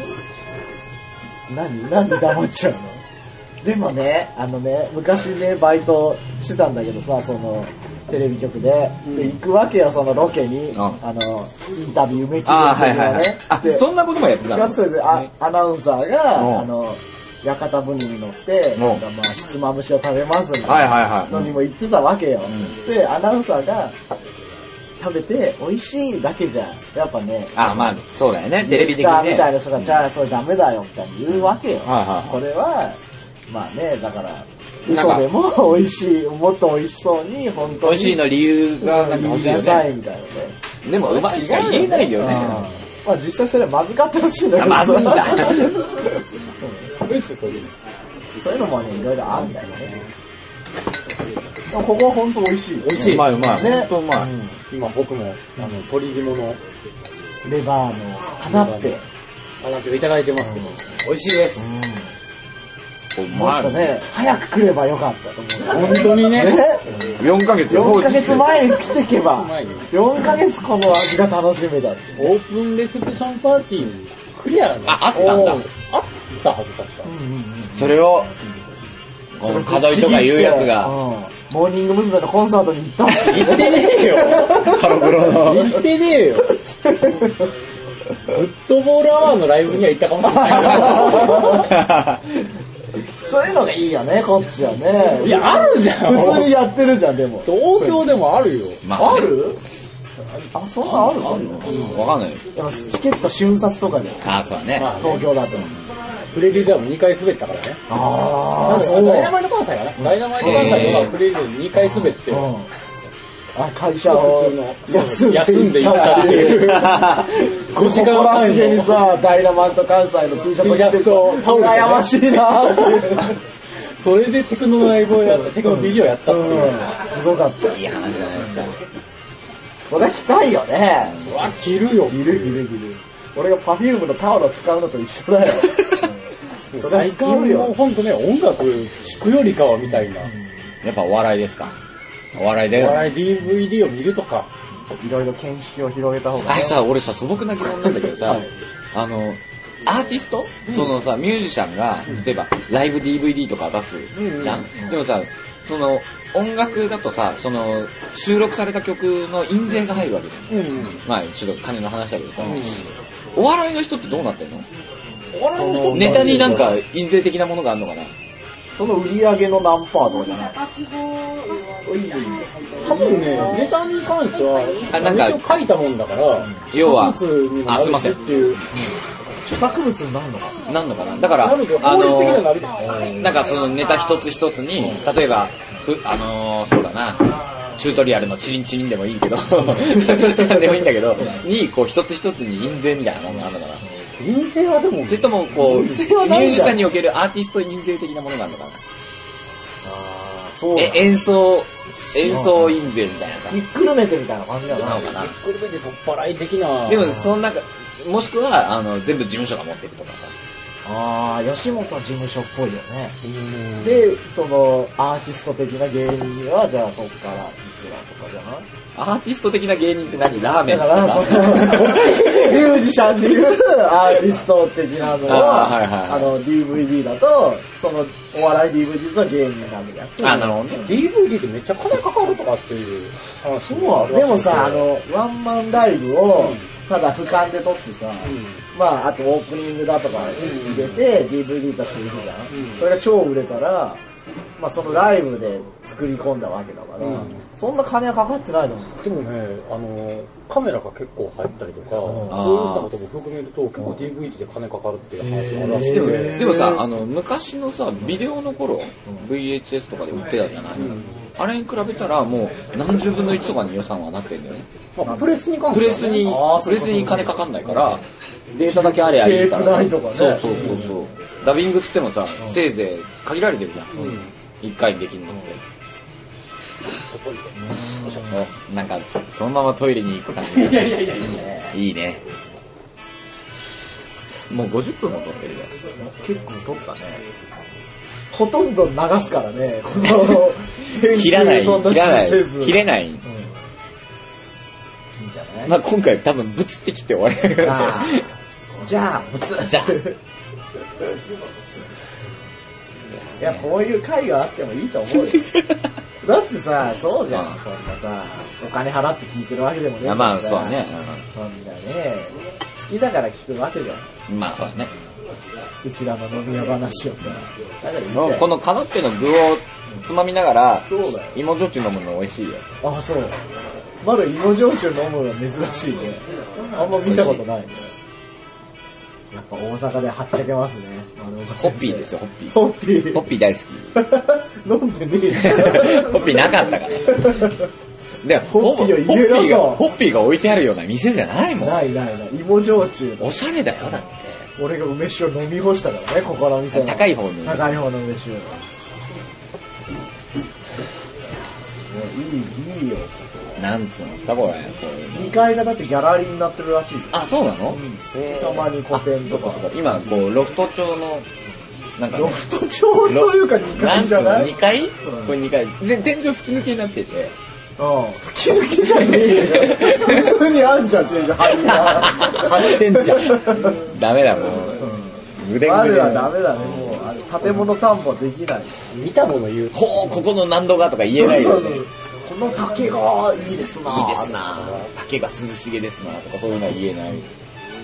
Speaker 3: 何なんで黙っちゃうのでもね、あのね、昔ね、バイトしてたんだけどさ、その、テレビ局で。で、行くわけよ、そのロケに。
Speaker 1: あ
Speaker 3: あの、インタビューめき
Speaker 1: ああ、はいはいはい。あ
Speaker 3: で、
Speaker 1: そんなこともやってた
Speaker 3: いや
Speaker 1: の
Speaker 3: そうですあアナウンサーが、
Speaker 1: うん
Speaker 3: あの、屋形船に乗って、
Speaker 1: うん
Speaker 3: なんかまあ、ひつまぶしを食べますみたいな
Speaker 1: はいはいはい。
Speaker 3: のにも言ってたわけよ。で、アナウンサーが、食べて、美味しいだけじゃ、やっぱね、
Speaker 1: あ、まあ、そうだよね。テレビ的
Speaker 3: ディレクター
Speaker 1: にね。
Speaker 3: みたいな人が、じゃあそれダメだよ、みたいに言うわけよ。
Speaker 1: はいはい
Speaker 3: それは、まあね、だから、
Speaker 1: なんか
Speaker 3: 嘘でも美味しい、もっと美味しそうに、本当に。
Speaker 1: 美味しいの理由がなんか欲しい
Speaker 3: 言
Speaker 1: よ
Speaker 3: いなさい
Speaker 1: ね。
Speaker 3: みたいなね。
Speaker 1: でも、うまいしか言えないよね。
Speaker 3: うんまあ実際それはまずかったらしいんだけど
Speaker 1: あまずいんだ
Speaker 2: 古いっすよ、そういうの。
Speaker 3: そういうのもね、いろいろあるんだよね。でもここは本当美味しいよ。
Speaker 2: 美味し
Speaker 1: う
Speaker 2: い。
Speaker 1: まいうまい。
Speaker 3: ね
Speaker 1: ほんとうまい。
Speaker 2: 今僕も、あの、鶏肝の
Speaker 3: レバーのカナッペ。
Speaker 2: カナッペをいただいてますけど、美味しいです。
Speaker 1: う
Speaker 3: も
Speaker 1: ま
Speaker 3: っと
Speaker 1: い。
Speaker 3: ね、早く来ればよかったと思う。
Speaker 2: 本当にね。
Speaker 3: ね
Speaker 1: 4ヶ月
Speaker 3: 4ヶ月前に来てけば
Speaker 2: 前に、
Speaker 3: 4ヶ月この味が楽しみだって。
Speaker 2: オープンレセプションパーティーにクリアなんだ
Speaker 1: ああったんだ
Speaker 2: おーあったはず確か。
Speaker 1: それを、この課題とか言うやつが、
Speaker 3: うん。モーニング娘。のコンサートに行った
Speaker 2: 行ってねえよ
Speaker 1: ハロプロの。
Speaker 2: 行ってねえよグッドボールアワーのライブには行ったかもしれない け
Speaker 3: そういうのがいいよね、こっちはね。
Speaker 2: ど。いや、あるじゃん
Speaker 3: 普通にやってるじゃん、でも。
Speaker 2: 東京でもあるよ。
Speaker 1: まあね、
Speaker 3: るあ、そんなある
Speaker 1: う
Speaker 3: の
Speaker 1: ん わかんないよ。
Speaker 3: でもチケット瞬殺とかで、
Speaker 1: ああ、そうだね。
Speaker 2: まあね
Speaker 3: 東京だと。
Speaker 2: プレリザーム2回滑ったからね。
Speaker 3: あ
Speaker 2: ダ
Speaker 3: あ、そう。
Speaker 2: イナマイト関西かな。ダイナマイト関西とかプレリザーム2回滑って、
Speaker 3: あ、会社を
Speaker 2: 休んで休んでいったっていう。5時
Speaker 3: 時間
Speaker 2: 間
Speaker 3: ら
Speaker 2: 半
Speaker 3: しげに
Speaker 2: の
Speaker 3: さ、ダイナマント関西の T シャツ着て
Speaker 2: T シャツとタオルとね
Speaker 3: 羨ましいなーっていう。
Speaker 2: それでテクノの英語をやった、テクノ DJ をやったっていう。
Speaker 3: うん、すごかった。
Speaker 1: いい話じゃないですか。
Speaker 3: そりゃ着たいよね。
Speaker 2: うわ、着るよ。
Speaker 3: いるいるいる。俺がパフュームのタオルを使うのと一緒だよ。そりゃ
Speaker 2: 最
Speaker 3: 着
Speaker 2: 近
Speaker 3: る
Speaker 2: も
Speaker 3: よ。
Speaker 2: ほんとね、音楽聴くよりかはみたいな。
Speaker 1: やっぱお笑いですか。お笑い
Speaker 2: お
Speaker 1: で。
Speaker 2: 笑い DVD を見るとか。
Speaker 3: いろいろ見識を広げた方が
Speaker 1: あれ
Speaker 3: ね。
Speaker 1: さ、俺さ、素朴な疑問なんだけどさ
Speaker 3: はい、
Speaker 1: あの、アーティスト、そのさ、ミュージシャンが、例えば、ライブ DVD とか出すじゃん、でもさ、その、音楽だとさ、その、収録された曲の印税が入るわけじゃん。
Speaker 2: うん。
Speaker 1: まあ、ちょっと金の話だけどさ、お笑いの人ってどうなってんの
Speaker 2: お笑いの人
Speaker 3: その
Speaker 1: ネタになんか、印税的なものがあるのかな
Speaker 3: その売り上げの何パーとかじゃない
Speaker 2: 多分ね、ネタに関しては、
Speaker 1: あなんか
Speaker 2: 一応書いたもんだから、
Speaker 1: 要は
Speaker 2: 作物にもな
Speaker 1: あ
Speaker 2: る
Speaker 1: すいません
Speaker 2: っていう。
Speaker 3: 著作物になるのか
Speaker 1: なんのかなだから、
Speaker 2: なるけど、
Speaker 1: あ
Speaker 2: 法律的にはな
Speaker 1: の、
Speaker 2: るけど。
Speaker 1: なんかそのネタ一つ一つに、例えば、ふあのー、そうだな、チュートリアルのチリンチリンでもいいけ ど、なんでもいいんだけど、に、こう一つ一つに印税みたいなものがあるのかな
Speaker 2: 人生はでも、
Speaker 1: それとも、こう、ミュ
Speaker 3: 税はないんだ
Speaker 1: ージシャンにおけるアーティスト印税的なものがあるのかな
Speaker 3: ああ、そうだ
Speaker 1: え、演奏、演奏印税みたいなさ
Speaker 3: ひ、っくるめてみたいな感じだ
Speaker 1: な
Speaker 3: な
Speaker 1: の。かな
Speaker 2: グルメで取っ払い的な。
Speaker 1: でも、その中、もしくは、あの、全部事務所が持ってるとかさ。
Speaker 3: ああ、吉本事務所っぽいよね。で、その、アーティスト的な芸人には、じゃあそっから、いくらとかじゃない
Speaker 1: アーティスト的な芸人って何ラーメン
Speaker 3: だ
Speaker 1: っ
Speaker 3: か
Speaker 1: つっ
Speaker 3: ら、その、
Speaker 1: た
Speaker 3: ミュージシャンっていうアーティスト的なの
Speaker 1: あーはいはいはい
Speaker 3: は、あの、DVD だと、その、お笑い DVD と芸人なんだよ。
Speaker 1: あ、なるほどね。
Speaker 2: DVD でめっちゃ金かかるとかっていう話もあるら
Speaker 3: で
Speaker 2: しい
Speaker 3: もさ、あの、ワンマンライブを、ただ俯瞰で撮ってさ、まあ、あとオープニングだとか入れて、DVD としていくじゃん。それが超売れたら、まあ、そのライブで作り込んだわけだから、そんな金はかかってないと思う。
Speaker 2: でもね、あの、カメラが結構入ったりと
Speaker 1: あー
Speaker 2: か、そういうのとも含めると、結構 DVD で金かかるっていう話もあるらし
Speaker 1: で
Speaker 2: く
Speaker 1: も
Speaker 2: て、
Speaker 1: でもさ、あの、昔のさ、ビデオの頃、VHS とかで売ってたじゃない、あれに比べたら、もう、何十分の1とかに予算はなってんだよね。
Speaker 2: まあ、プレスに関し
Speaker 1: プ
Speaker 2: ては
Speaker 1: レ
Speaker 2: ね
Speaker 1: スに
Speaker 3: あー、
Speaker 1: プレスに金かかんないから、データだけあれゃいいから。
Speaker 3: テープないとかね
Speaker 1: そうそうそうそう。ダビングっつってもさ、せいぜい限られてるじゃん。一回にできるのって。おなんか、そそのままトイレに行く感じ。いやいやいや、いいね。いいね。もう50分も撮ってるよ。
Speaker 3: 結構撮ったね。ほとんど流すからね、こ の、編
Speaker 1: 切らない、
Speaker 3: そんな
Speaker 1: 切らな
Speaker 3: しせず。
Speaker 1: い、切れない。
Speaker 3: いいんじゃない
Speaker 1: まあ今回多分ブツってきて終わりだよね
Speaker 3: あー じゃあ、ぶつ
Speaker 1: じゃ
Speaker 3: いや、こういう会があってもいいと 思うよ。だってさ、そうじゃん、そんなさ、お金払って聞いてるわけでもねえ
Speaker 1: いやまあ
Speaker 3: しさ
Speaker 1: そうね。
Speaker 3: そんなね、好きだから聞くわけじゃん。
Speaker 1: うんまあそうね。
Speaker 3: うちらの飲み屋話をさ。だからいいんだよ
Speaker 1: このカナッペの具をつまみながら、
Speaker 3: そうだよ。
Speaker 1: 芋焼酎飲むの美味しいよ。
Speaker 3: あ、そう。まだ芋焼酎飲むの珍しいね。あんま見たことないね。やっぱ大阪ではっちゃけますね。
Speaker 1: ホッピーですよ、ホッピー。
Speaker 3: ホッピー。
Speaker 1: ホッピー 大好き。
Speaker 3: 飲んでねえじゃん
Speaker 1: ホッピーなかったから。で
Speaker 3: ホッピーを入れ
Speaker 1: ホッ
Speaker 3: ろ
Speaker 1: ピーが、
Speaker 3: と
Speaker 1: ホッピーが置いてあるような店じゃないもん。
Speaker 3: ないないない。芋焼酎だ。
Speaker 1: おしゃれだよ、だって。
Speaker 3: 俺が梅酒を飲み干したからね、ここの店の。
Speaker 1: 高い方に。
Speaker 3: 高い方の梅酒。すごい、いい、いいよ。
Speaker 1: なんつうんですか、これ。こういうの
Speaker 3: 2階がだってギャラリーになってるらしいよ。
Speaker 1: あ、そうなの
Speaker 3: うんたまに個展とか。
Speaker 1: 今、こう、ロフト調の、なんかね、
Speaker 3: ロフト調というか2階じゃないうん。
Speaker 1: 2階これ2階。全天井吹き抜けになってて。
Speaker 3: 吹き抜けじゃねえよ。普通にあんじゃん、天井張りが。
Speaker 1: 張ってんじゃん。 ダメだ、もう。腕が
Speaker 3: あれはダメだね、もう。あれ建物担保できない。
Speaker 2: 見たもの言うと、
Speaker 1: ほう、ここの何度がとか言えないよね。いい
Speaker 3: この竹がいいですなぁ
Speaker 1: ですなぁ竹が涼しげですなぁとかそういうのは言えない。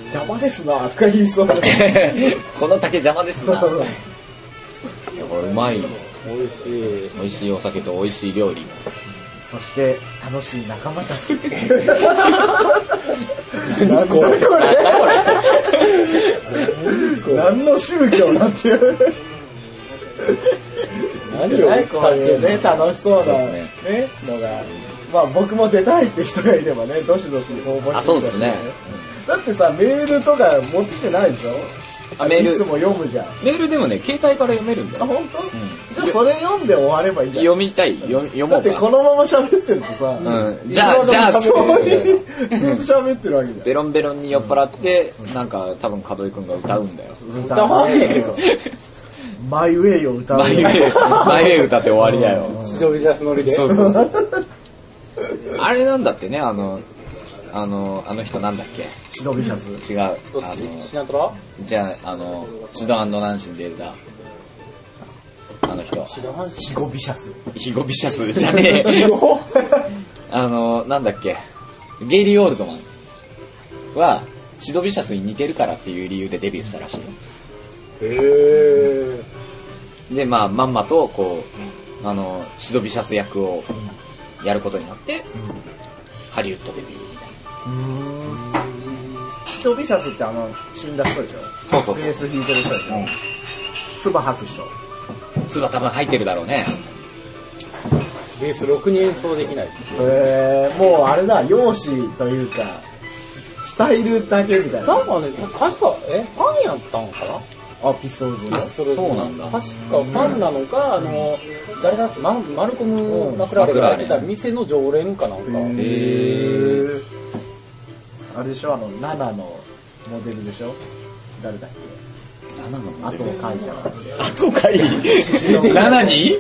Speaker 3: 邪魔ですなぁとか言いそうだね
Speaker 1: この竹邪魔ですなぁ。いやこれうまいよ。
Speaker 2: 美味しい。
Speaker 1: 美味しいお酒と美味しい料理。
Speaker 3: そして、楽しい仲間たち。なんだこれ何の宗教だっていう。
Speaker 2: 何を言ったっていうの
Speaker 3: ね、楽しそう
Speaker 1: そう
Speaker 3: な
Speaker 1: で
Speaker 3: ね、のが。まあ僕も出たいって人がいればね、どしどし応募して
Speaker 1: あそうですね
Speaker 3: だってさ、メールとか持ってきてないでしょ
Speaker 1: あメール
Speaker 3: いつも読むじゃん。あ、
Speaker 1: メールでもね、携帯から読めるんだよ。
Speaker 3: 本当？じゃあそれ読んで終わればいいじゃん。
Speaker 1: 読みたい。読み読
Speaker 3: だ
Speaker 1: も
Speaker 3: っ
Speaker 1: う
Speaker 3: てこ
Speaker 1: か。
Speaker 3: のまま喋ってるとさ、
Speaker 1: うん。じゃあ、じゃあ、
Speaker 3: そこにずっ
Speaker 1: そう
Speaker 3: と喋ってるわけじ
Speaker 1: ベロンベロンに酔っ払って、なんか多分門井くんが歌うんだよ。
Speaker 3: ゃん。
Speaker 2: 歌わねえよ。
Speaker 3: マイウェイを歌う。
Speaker 1: マイウェイ、 マイウェイ歌って終わりだよ。
Speaker 2: シドビジャス乗りで。
Speaker 1: そうそうそう。あれなんだってね、あの、あの、あの人なんだっけ
Speaker 3: 忍 びシャツ。
Speaker 1: 違う。あ
Speaker 2: シ
Speaker 1: の、
Speaker 2: ナトラ
Speaker 1: じゃあ、あの、シドナンシンで出た、あの人、
Speaker 3: ヒゴビシャス。
Speaker 1: ヒゴビシャスじゃ ねえ。 あの、なんだっけゲイリー・オールドマンは、シドビシャスに似てるからっていう理由でデビューしたらしいよ。
Speaker 2: へぇ
Speaker 1: で、まあ、まんまと、こう、あの、シドビシャス役をやることになって、ハリウッドデビューみたいな。
Speaker 3: 忍びシャスってあの、死んだ人でしょ
Speaker 1: そうそうそう
Speaker 3: ベース弾いてる人でしょつば吐く人。
Speaker 1: つば多分入ってるだろうね。
Speaker 2: ベース6人演奏できない。
Speaker 3: えー、もうあれだ、容姿というか、スタイルだけみたいな
Speaker 2: な。んかね、た確か、え、ファンやったんかな
Speaker 3: あ、ピストルズの。
Speaker 2: それ
Speaker 1: そうなんだ
Speaker 2: 確かファンなのか、あの、誰だって、マルマルコム・マクラーレンがやってた店の常連かなんか。
Speaker 1: へー。
Speaker 3: あれでしょあの、ナナのモデルでしょ誰だっけ後を書いちゃう。
Speaker 1: 後か い ?7 に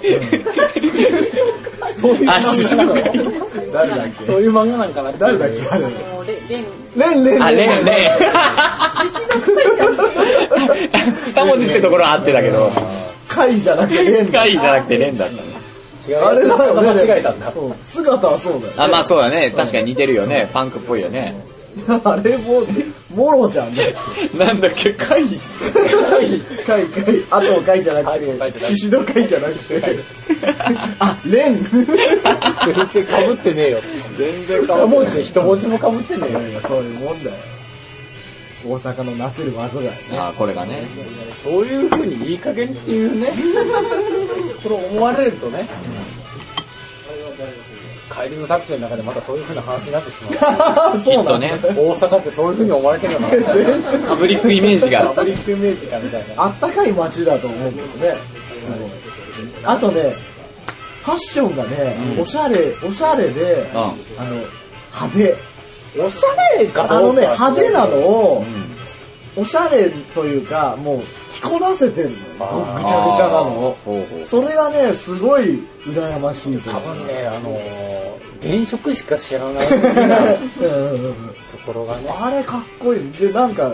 Speaker 2: そういう
Speaker 1: あ、獅
Speaker 2: 漫
Speaker 1: 子
Speaker 2: 画
Speaker 1: の会
Speaker 3: 誰だ
Speaker 2: なのか
Speaker 3: っ
Speaker 2: なそういう漫画なんかな
Speaker 3: 誰だっけあれ。
Speaker 5: もうレレン
Speaker 3: レンレンレン。
Speaker 1: あ、レン、 レン。二文字ってところはあってたけど、
Speaker 3: 貝じゃなくてレンだ。
Speaker 1: 会じゃなくてレンだったね
Speaker 2: 違う
Speaker 3: あれだよね。
Speaker 2: 間違えたんだ
Speaker 3: う姿はそうだよ。
Speaker 1: あ、まあそうだね。確かに似てるよね。パンクっぽいよね。
Speaker 3: あれもう、もろじゃんね。
Speaker 1: なんだっけ、会
Speaker 3: 貝、貝、後を貝じゃなく
Speaker 2: 後を貝じゃなく
Speaker 3: て、
Speaker 2: て
Speaker 3: 獅子の貝じゃなくて。 あ、レン。
Speaker 2: 全然かぶってねえよ全然かぶってねえ一文字もかぶってねえよ
Speaker 3: そういうもんだよ。大阪のなせる技だ よね。
Speaker 1: あ、これがね。
Speaker 2: そういうふうにいい加減っていうねこれ思われるとね帰りのタクシーの中でまたそういうふうな話になって しまう
Speaker 1: きっとね、
Speaker 2: 大阪ってそういうふうに思われてるのかな
Speaker 1: パブリックイメージが。
Speaker 2: パブリックイメージかみたいな
Speaker 3: あったかい街だと思うけどね。すごい。あとね、ファッションがね、おしゃれ、おしゃれで、
Speaker 1: うん
Speaker 3: あの、派手。
Speaker 2: おしゃれか
Speaker 3: あ
Speaker 2: ど
Speaker 3: の
Speaker 2: う
Speaker 3: ね、
Speaker 2: か
Speaker 3: 派手なのを
Speaker 1: う、ん。
Speaker 3: おしゃれというか、もう着こなせてんの。ぐぐちゃぐちゃなの。
Speaker 1: ほうほう。
Speaker 3: それがね、すごい羨ましいという
Speaker 2: 多
Speaker 3: か。
Speaker 2: 分ねあのー、現職しか知らないと
Speaker 3: うんうんうん
Speaker 2: ころがね
Speaker 3: あれかっこいい。で、なんか、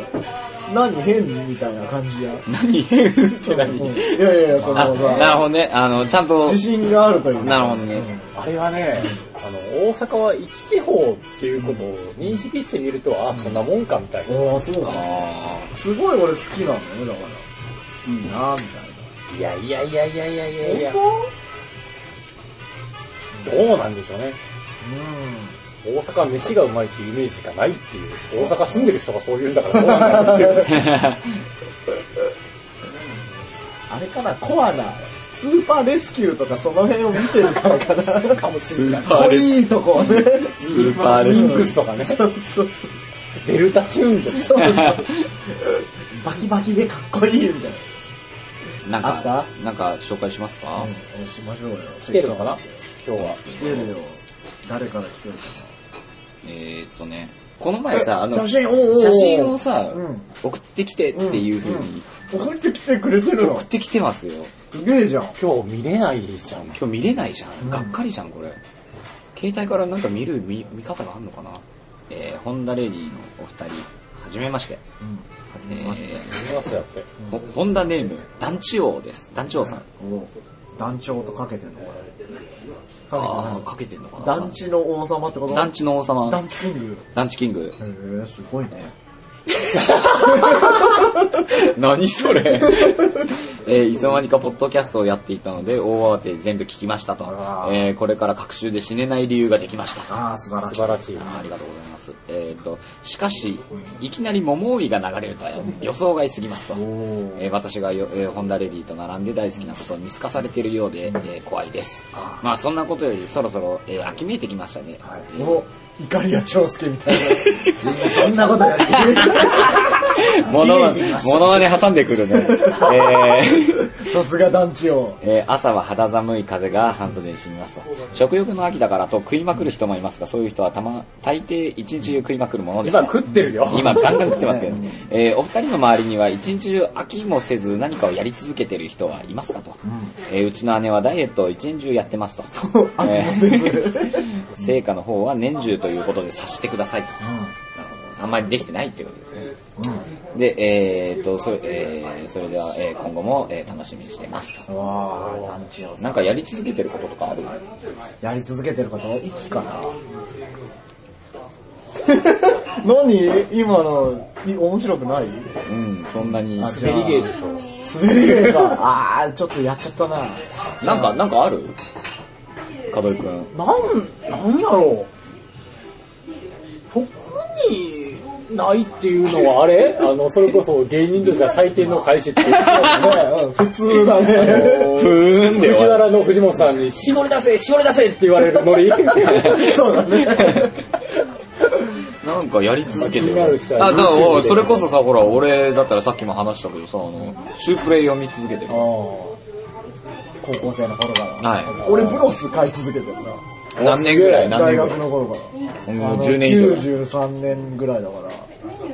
Speaker 3: 何変みたいな感じや。
Speaker 1: 何変って何
Speaker 3: うんいやいやいや、そ
Speaker 1: あ、な
Speaker 3: の
Speaker 1: るほ
Speaker 3: さ、
Speaker 1: どね。あの、ちゃんと、
Speaker 3: 自信があるというか
Speaker 1: なるほどね。
Speaker 2: あれはね、あの、大阪は一地方っていうことを認識してみると、あ、そんなもんかみたいな。
Speaker 3: おー、そうだ。
Speaker 1: あ
Speaker 3: すごい俺好きなんだよね、だから。いいなぁ、み
Speaker 2: いやいやいやいやいやいや
Speaker 3: た
Speaker 2: い
Speaker 3: いな。
Speaker 2: や、
Speaker 3: 本
Speaker 2: どうなんでしょうね。
Speaker 3: 当う
Speaker 2: 大阪は飯がうまいっていうイメージしかないっていう。大阪住んでる人がそう言うんだからそうなんだよっていう。
Speaker 1: ー
Speaker 3: ん。あれかな、コアな、スーパーレスキューとかその辺を見てるからかな。かもし
Speaker 1: れない
Speaker 3: 濃いとこをね。
Speaker 1: スーパーレ
Speaker 2: リンク
Speaker 1: ス
Speaker 2: スとかね、
Speaker 3: そうそうそう。
Speaker 2: デルタチューンとか。
Speaker 3: そうそうバキバキでかっこいいみたい
Speaker 1: な
Speaker 3: な。
Speaker 1: ん
Speaker 3: あっ
Speaker 1: か、
Speaker 3: た
Speaker 1: なんか紹介しますか
Speaker 3: うん、しましょうよ。
Speaker 2: 来てるのかな今日は。
Speaker 3: 来てるよ。誰から来てるか
Speaker 1: えーっとね、この前さ、あの、
Speaker 3: な。
Speaker 1: 写真
Speaker 3: 真、お
Speaker 1: をさ
Speaker 3: うん、
Speaker 1: 送ってきてっていう風に、
Speaker 3: 送ってきてくれてるの
Speaker 1: 送ってきてますよ。
Speaker 3: すげえじゃん。
Speaker 2: 今日見れないじゃん。
Speaker 1: 今日見れないじゃ
Speaker 3: うん
Speaker 1: ん。がっかりじゃん、これ。携帯からなんか見る見見方があんのかなえー、ホンダレディのお二人、はじめまして。えー
Speaker 2: 見れますよだって。
Speaker 1: ほホンダネーム、団地王です。団地王さん。
Speaker 3: お団長とかけてんのか
Speaker 1: あーかけてんのか
Speaker 3: な
Speaker 1: な
Speaker 3: 団地の王様ってこと
Speaker 1: 団地の王様。
Speaker 3: 団地キング。
Speaker 1: 団地キング。
Speaker 3: へえ、すごいね。
Speaker 1: 何それ えーいつの間にかポッドキャストをやっていたので、大慌てで全部聞きましたと。
Speaker 3: あー
Speaker 1: えーこれから各週で死ねない理由ができましたと。あ
Speaker 3: ああ、素晴らしい
Speaker 2: 素。晴らしい。
Speaker 1: ーありがとうございます。えっ、と、しかし、いきなり桃折が流れるとは予想外すぎますと。
Speaker 3: お
Speaker 1: えー私がよ、えーホンダレディと並んで大好きなことを見透かされているようで、えー怖いです。まあそんなことよりそろそろ、えー秋めいてきましたね。
Speaker 3: はい
Speaker 1: えー
Speaker 3: お怒りや長介みたいな。 そんなことやり
Speaker 1: ものものまね挟んでく るね。えー
Speaker 3: さすが団地王。
Speaker 1: えー朝は肌寒い風が半袖に染みますと。食欲の秋だからと食いまくる人もいますが、そういう人はたま、大抵一日中食いまくるものです、
Speaker 2: 今食ってるよ。
Speaker 1: 今ガンガン食ってますけど、えーお二人の周りには一日中飽きもせず何かをやり続けてる人はいますかと、うえーうちの姉はダイエットを一年中やって ますとえー 成果の方は年中ということで察してくださいと、あんまりできてないってことですね、でえー、っとそれ,、えーそれでは、えー今後も、えー楽しみにしてますと
Speaker 3: わあ、団地王。
Speaker 1: なんかやり続けてることとかある
Speaker 3: やり続けてること息 かな何今の、い面白くない
Speaker 1: うんそんなに
Speaker 3: じゃあ
Speaker 2: 滑り芸でしょ。
Speaker 3: 滑り芸か。 あー、ちょっとやっちゃったな。
Speaker 1: なんかなんかある門井君
Speaker 2: なん、なんやろう。特にないっていうのはあれ あの、それこそ芸人としては最低の開始 っていう。
Speaker 3: ね、うん普通だ ね。
Speaker 1: ふーんで
Speaker 2: 藤
Speaker 1: 終わる
Speaker 2: 原の藤本さんに、絞り出せ絞り出せって言われ るノリ。
Speaker 3: そうだね。
Speaker 1: なんかやり続けて
Speaker 2: 気になる人は
Speaker 1: あ、だから、
Speaker 2: YouTube
Speaker 1: おい
Speaker 2: で
Speaker 1: それこそさ、ほら、俺だったらさっきも話したけどさ、あの、シュープレイ読み続けてる。
Speaker 3: 高校生の頃から。
Speaker 1: は
Speaker 3: 俺ブロス買い続けてるな。
Speaker 1: い。何年ぐらい何
Speaker 3: 大
Speaker 1: 年ぐ
Speaker 3: 学
Speaker 1: らい
Speaker 3: の頃から。
Speaker 1: もう
Speaker 3: あの
Speaker 1: 10年以上だ
Speaker 3: 93年ぐらいだか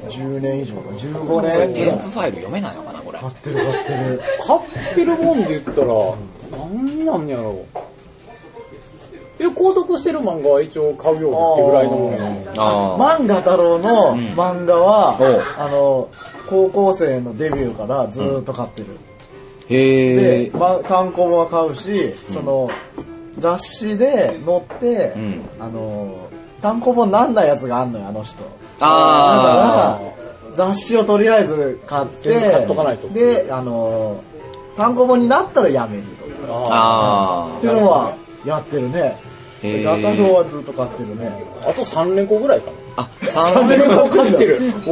Speaker 3: ら。10年以上か、15年
Speaker 1: テ
Speaker 3: ぐら
Speaker 1: ー
Speaker 3: い
Speaker 1: プ。ファイル読めないのかな、これ。
Speaker 3: 買ってる買ってる。
Speaker 2: 買ってるもんで言ったら、なんなんやろう。え、購読してる漫画は一応買うよってぐらいのもんやね
Speaker 1: ああ。
Speaker 3: 漫画太郎の漫画
Speaker 1: うん
Speaker 3: は、あの、高校生のデビューからずーっと買ってる。
Speaker 1: へ
Speaker 3: で
Speaker 1: え、。
Speaker 3: ま、単行本は買うし、その、雑誌で載って
Speaker 1: うん、
Speaker 3: あの、単行本なんないやつがあんのよ、あの人。
Speaker 1: あ
Speaker 3: だから、雑誌をとりあえず買っ
Speaker 2: 全部
Speaker 3: て、
Speaker 2: 買っとかないと
Speaker 3: で、あの、単行本になったらやめると。
Speaker 1: あ。
Speaker 2: あ
Speaker 1: あ
Speaker 3: って
Speaker 1: あ。
Speaker 3: いうのは、やってるね。
Speaker 1: へえ
Speaker 3: 画家表はずっと買ってるね。
Speaker 2: あと3連行ぐらいかな。
Speaker 1: あ、
Speaker 3: 三
Speaker 1: 三
Speaker 2: 連
Speaker 1: レ
Speaker 2: 行
Speaker 1: コ。
Speaker 2: 買ってる。
Speaker 3: お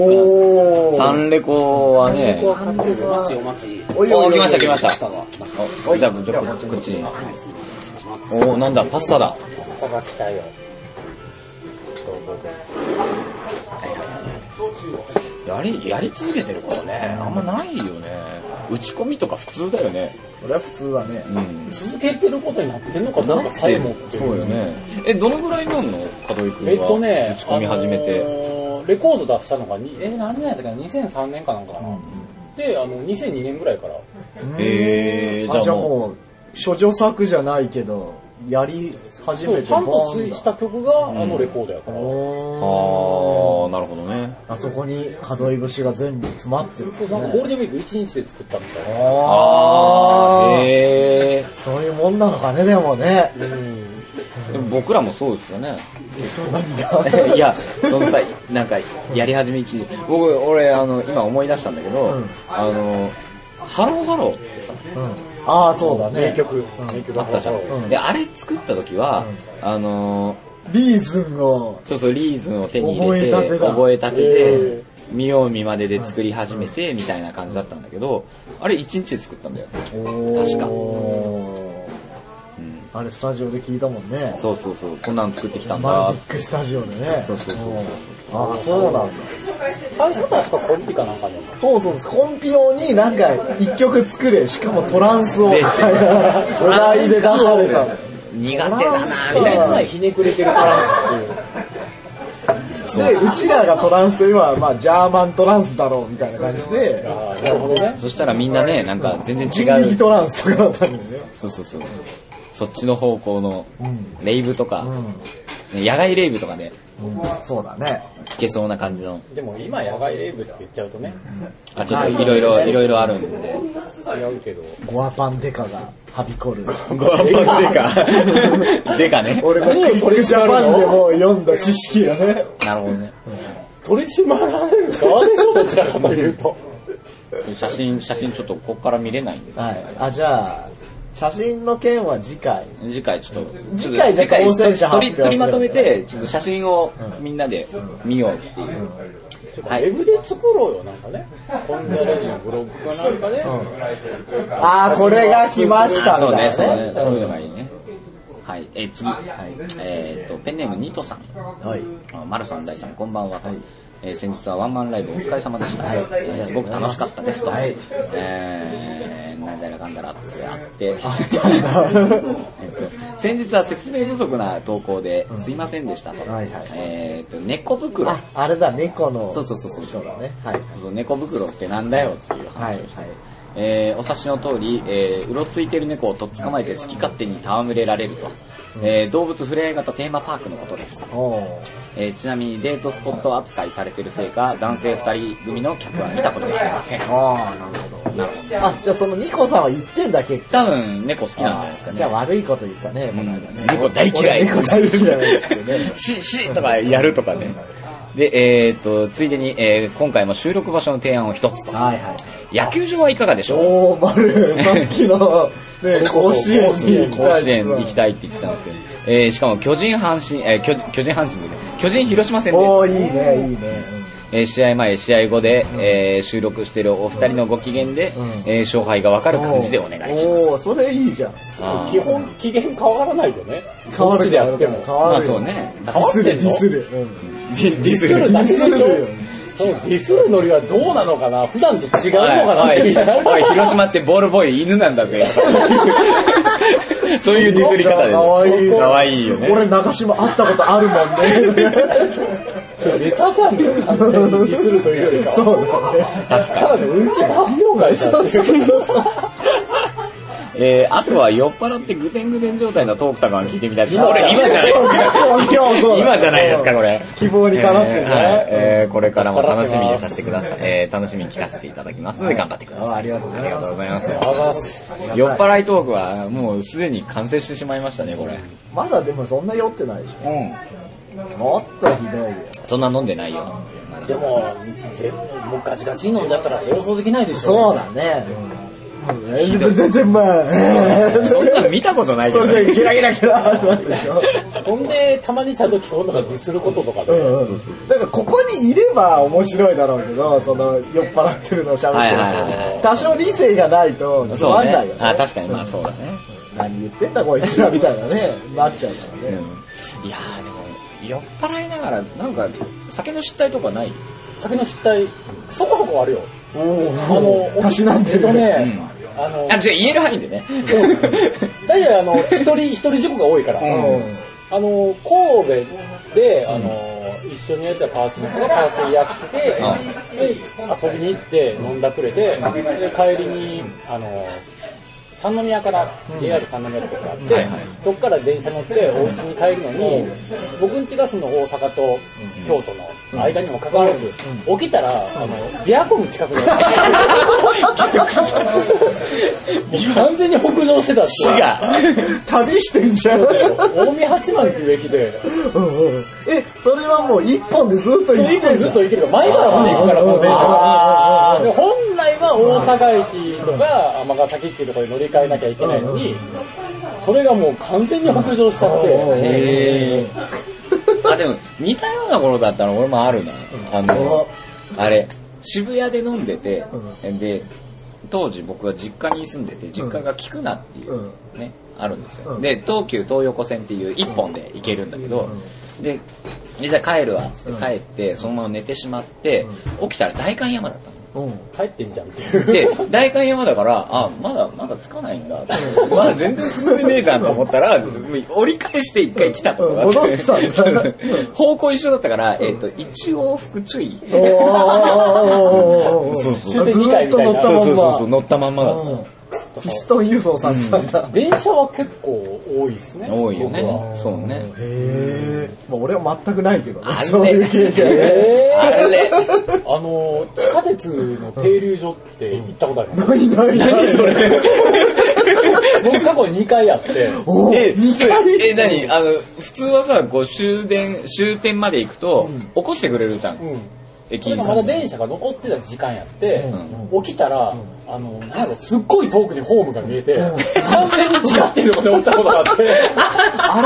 Speaker 3: ー。
Speaker 1: 三レコはね。
Speaker 4: ここは買ってる。お待ちお待ち。
Speaker 1: おー、来ました来まし
Speaker 4: パスタ
Speaker 1: た。
Speaker 4: が。
Speaker 1: おじゃあ、じゃあ、こっちに。
Speaker 4: はい、すいません。失礼します。
Speaker 1: おー、なんだ、パスタだ。
Speaker 2: パスタが来たよ。
Speaker 1: やり、やり続けてるからね。あんまないよね。打ち込みとか普通だよね。
Speaker 3: それは普通だね。
Speaker 1: うん。
Speaker 2: 続けてることになってんのかどうかさえもってい
Speaker 1: そうよね。え、どのぐらいなんの門井くんは。
Speaker 2: えっとね、
Speaker 1: 打ち込み始めて。
Speaker 2: あのーレコード出したのがに、えー、何年やったっけな、2003年かなんかかな。で、あの、2002年ぐらいから。
Speaker 1: へえ、
Speaker 3: あ
Speaker 1: じ
Speaker 3: じ
Speaker 1: ゃ
Speaker 3: ゃ
Speaker 1: あ
Speaker 3: あ
Speaker 1: もう。
Speaker 3: もう、処女作じゃないけど、やり始
Speaker 2: そ
Speaker 3: め
Speaker 2: う、
Speaker 3: て
Speaker 2: ちゃんとつ
Speaker 3: ボーン
Speaker 2: い
Speaker 3: だ
Speaker 2: した曲が、あのレコードやから。
Speaker 1: あ
Speaker 3: おー
Speaker 1: ー、なるほどね。
Speaker 3: あそこに角井節が全部詰まってる、
Speaker 2: そうなんかゴールデンウィーク1日で作ったみたいな。
Speaker 1: あー、
Speaker 3: あー
Speaker 1: へえ。
Speaker 3: そういうもんなのかね、でもね。
Speaker 1: でも僕らもそうですよね。
Speaker 3: 何 が
Speaker 1: いや、そのさ、なんか、やり始め一時僕、俺、あの、今思い出したんだけど、
Speaker 3: うん
Speaker 1: あの、ハローハローってさ、
Speaker 3: うん、ああ、そうだね。
Speaker 2: 名曲、
Speaker 3: ん
Speaker 2: 名曲
Speaker 1: あったじゃん。
Speaker 3: うん
Speaker 1: で、あれ作った時は、あの、
Speaker 3: リーズンを、
Speaker 1: そうそう、リーズンを手に入れて、
Speaker 3: 覚えたてだ
Speaker 1: 覚えたて
Speaker 2: へ
Speaker 1: で、見よう見までで作り始めて、みたいな感じだったんだけど、あれ1日で作ったんだよ。確か
Speaker 3: あれ、スタジオで聞いたもんね。
Speaker 1: そうそうそう、こんなん作ってきたん
Speaker 3: マ
Speaker 1: だ
Speaker 3: ルディ。ックスタジオでね。
Speaker 1: そうそうそうそう
Speaker 3: うんああ、そうなんだ。
Speaker 2: 最初確かコンビかなんかね。
Speaker 3: そうそうそう、コンピ用になんか一曲作れ、しかもトランスを、みたいなお題で出されたの。
Speaker 1: 苦手だな
Speaker 2: え
Speaker 1: みた
Speaker 2: げ
Speaker 1: い
Speaker 2: つな
Speaker 1: な。
Speaker 2: いひねくれてるからっていう。
Speaker 3: で、うちらがトランスといえば、まあ、ジャーマントランスだろう、みたいな感じで、
Speaker 2: あーなるほどね。
Speaker 1: そしたらみんなね、なんか全然
Speaker 3: 人
Speaker 1: 違
Speaker 3: 力
Speaker 1: う。
Speaker 3: トランスとかだったのにね。
Speaker 1: そうそうそう。そっちの方向の
Speaker 3: ん、
Speaker 1: レイブとか、
Speaker 3: う
Speaker 1: ね野外レイブとかで
Speaker 3: ん。そうだね。
Speaker 1: 聴けそうな感じの、
Speaker 2: でも今野外レイブって言っちゃうとね、
Speaker 1: あ、ちょっといろいろ、いろいろあるんで。
Speaker 2: 違うけど。
Speaker 3: ゴアパンデカがはびこる。
Speaker 1: ごわんでか。 でかね。
Speaker 3: 俺もクイックジャパンでもう読んだ知識がね。
Speaker 1: なるほどね。
Speaker 2: 取り締まられる側でしょ、どちらかというと。
Speaker 1: 写真、写真ちょっとここから見れないんで。
Speaker 3: はい。あ、じゃあ、写真の件は次回。
Speaker 1: 次回ちょっと、
Speaker 3: 次回じゃあ当選者発
Speaker 1: 取り、
Speaker 3: 表
Speaker 1: 取り
Speaker 3: す
Speaker 1: ま
Speaker 3: る
Speaker 1: とめて、ちょっと写真をみんなで見ようっていう。
Speaker 2: ちょっとウェブで作ろうよ、なんかね。コンザレディのブログかなんかで、
Speaker 3: あー、これが来まし
Speaker 1: あ
Speaker 3: た
Speaker 1: そう
Speaker 3: みたい
Speaker 1: ね、
Speaker 3: な
Speaker 1: そうね、そういうのがいいね。はい、えー、次、はい、えーっと、ペンネームニトさん。
Speaker 3: はい。
Speaker 1: あマルさん、ダイさん、こんばんは。えー先日はワンマンライブお疲れ様でした。えーすごく楽しかったですと。
Speaker 3: はい
Speaker 1: えーなんだらかんだらってあって。
Speaker 3: んだ
Speaker 1: えっと先日は説明不足な投稿ですいませんでしたと。
Speaker 3: はいはい
Speaker 1: えーっと、猫袋。
Speaker 3: あ、あれだ、猫の。
Speaker 1: そうそうそうそう
Speaker 3: 人だね。はい。
Speaker 1: そうそう猫袋ってなんだよっていう話。
Speaker 3: はい。
Speaker 1: えーお察しの通り、えーうろついてる猫をとっ捕まえて好き勝手に戯れられると。えー動物触れ合い型テーマパークのことです。
Speaker 3: おー。
Speaker 1: えーちなみにデートスポット扱いされてるせいか男性2人組の客は見たことがありません
Speaker 3: あー、なるほど。あ、じゃあそのニコさんは言ってんだ、結構。
Speaker 1: 多分猫好きなんじゃないですかね
Speaker 3: じゃあ悪いこと言ったね、この間ね。
Speaker 1: 猫大嫌い。
Speaker 3: 俺猫大嫌いですよね
Speaker 1: ししとかやるとかねでえーっとついでに、えー今回も収録場所の提案を一つと
Speaker 3: はいはい。
Speaker 1: 野球場はいかがでしょう
Speaker 3: おー、丸、さっきの、ね、甲子園に行きた
Speaker 1: 甲
Speaker 3: い
Speaker 1: 子園行き
Speaker 3: い。
Speaker 1: たいって言ってたんですけど、えーしかも巨人阪神、えー巨巨人阪神でね巨人広島戦で
Speaker 3: おー、いいね、いいね。
Speaker 1: えー試合前、試合後で、えー収録しているお二人のご機嫌で、
Speaker 3: ん
Speaker 1: えー勝敗がわかる感じでお願いします。
Speaker 3: おー、それいいじゃん。
Speaker 1: あー
Speaker 2: 基本、機嫌変わらないよね。
Speaker 3: 変
Speaker 2: ど
Speaker 3: わ
Speaker 2: っち
Speaker 3: る
Speaker 2: でやっても。
Speaker 3: 変
Speaker 1: ま
Speaker 3: わ
Speaker 1: あ
Speaker 3: る。
Speaker 1: そう。ね。
Speaker 2: 変わって
Speaker 3: デ
Speaker 2: ん
Speaker 3: ィス
Speaker 2: の
Speaker 3: る。うん
Speaker 1: ディディ
Speaker 2: ディス
Speaker 1: ス
Speaker 2: る
Speaker 1: る。
Speaker 2: だけでしょ
Speaker 3: ディスるよ
Speaker 2: そのディスるノリはどうなのかな普段と違うのかなっ
Speaker 1: おい
Speaker 2: て
Speaker 1: おいおい、広島ってボールボーイ犬なんだぜ。そういうディスり方で。
Speaker 3: かわいい。
Speaker 1: かわいいよね。
Speaker 3: 俺、中島会ったことあるもんね。
Speaker 2: ネタじゃんもう完全にディスるというよりかは。
Speaker 3: そうだね。
Speaker 2: ただのうんち万秒会じゃん。
Speaker 1: えー、あとは酔っ払ってぐてんぐてん状態のトークとかも聞いてみたいです。
Speaker 3: あ
Speaker 1: これ今じゃない
Speaker 3: 今日そうだ
Speaker 1: 今じゃないですか、これ。
Speaker 3: 希望にかなってるね。
Speaker 1: はいえーこれからも楽しみにさせてください。えー楽しみに聞かせていただきますので頑張ってください。
Speaker 3: ありがとうござい
Speaker 1: あ
Speaker 3: ます
Speaker 1: りがとうございます。酔っ払いトークはもうすでに完成してしまいましたね、これ。
Speaker 3: まだでもそんな酔ってないでしょ。もっとひどいよ。
Speaker 1: そんな飲んでないよ。 まだ
Speaker 2: でも、全部もうガチガチに飲んじゃったら放送できないでしょ。
Speaker 3: そうだね。全然まあ、
Speaker 1: そんなの見たことないけ
Speaker 3: そ
Speaker 1: どね、
Speaker 3: れでギラギラギラってなってるでしょ。
Speaker 2: ほんで、たまにちゃんと聞こうとかディスることとかで。
Speaker 3: うんうん。だからここにいれば面白いだろうけど、その酔っ払ってるのを喋って
Speaker 1: はいはいはいは
Speaker 3: る人。多少理性がないとつ
Speaker 1: そ
Speaker 3: ま
Speaker 1: うんね
Speaker 3: ないよ。ね。
Speaker 1: あ、確かにまあそうだね。
Speaker 3: 何言ってんだこいつらみたいなね、 なっちゃうから
Speaker 1: うん
Speaker 3: ね。。
Speaker 1: いやーでも、酔っ払いながら、なんか、酒の失態とかない
Speaker 2: 酒の失態、そこそこあるよ。
Speaker 3: お
Speaker 2: あの、
Speaker 3: おたしなんで
Speaker 2: えっ
Speaker 3: る
Speaker 2: と
Speaker 3: ね。
Speaker 2: ね、あの、
Speaker 1: あ、じゃあ言える範囲でね。
Speaker 2: 大体あの、一人、一人事故が多いから。
Speaker 3: うん
Speaker 2: あの、神戸で、あの、一緒にやってたパーティーの子がパーティーやってて、で、遊びに行って飲んだくれて、で、帰りに、あの、三宮から、JR 三宮ってとこがあって、そこから電車乗ってお家に帰るのに、僕ん家がその大阪と京都の間にもかかわらず、起きたら、あの、琵琶湖の近くで、完全に北上して たっていう。
Speaker 3: 旅してんじゃん。
Speaker 2: 大見八幡っていう駅で、
Speaker 3: うんうんえ、それはもう一本でずっと
Speaker 2: そ
Speaker 3: 行
Speaker 2: の一
Speaker 3: って
Speaker 2: 本
Speaker 3: ん
Speaker 2: ず
Speaker 3: だ
Speaker 2: っと行けるから、前からまで行くから、その電車
Speaker 3: あ
Speaker 2: が。
Speaker 3: ー
Speaker 2: で本来は大阪駅とか尼崎っていうところで乗り換えなきゃいけないのに、それがもう完全に北上しちゃっ
Speaker 3: うんうん
Speaker 2: て、
Speaker 1: へー。あ、でも、似たような頃だったら俺もあるな。あの、あれ、渋谷で飲んでて、で、当時僕は実家に住んでて、実家が菊名っていう、
Speaker 3: うん
Speaker 1: ね、あるんですよ。
Speaker 3: うん
Speaker 1: で、東急東横線っていう一本で行けるんだけど、で、でじゃあ帰るわっつって帰って、そのまま寝てしまって、起きたら代官山だったの。
Speaker 3: うん
Speaker 2: 帰ってんじゃんっていう。
Speaker 1: で、代官山だから、あ、まだ、まだつかないんだ。まだ全然進んでねえじゃんと思ったら、折り返して一回来たとこがあ
Speaker 3: 戻ってたんだ
Speaker 1: 方向一緒だったから、えっと、一往復注意。
Speaker 3: おーおーおーおーおー
Speaker 1: そうそう
Speaker 3: ずーっと乗ったまんま。
Speaker 1: 乗ったまんまだっ
Speaker 3: うんピストン UFO さんだったんだ。
Speaker 2: 電車は結構多いですね。
Speaker 1: た。多いよね
Speaker 2: 僕は。
Speaker 1: そうね。
Speaker 3: へー。まあ俺は全くないけどね
Speaker 1: あれ。
Speaker 3: そういう経験。
Speaker 2: え
Speaker 1: あれ
Speaker 2: ー、あの、地下鉄の停留所って行ったことあります
Speaker 3: ないないない。それ。
Speaker 2: 僕過去2回あって、
Speaker 3: お
Speaker 1: え、
Speaker 3: ー、2回
Speaker 1: え、何あの、普通はさ、こう終電、終点まで行くと、起こしてくれるじゃ。
Speaker 2: うんん、
Speaker 1: 駅
Speaker 2: それ
Speaker 1: 員
Speaker 2: が
Speaker 1: さ
Speaker 2: まだ
Speaker 1: んが。
Speaker 2: 電車が残ってた時間やって、起きたら、あの、なんかすっごい遠くにホームが見えて、完全に違ってるので起きたことがあって、 あ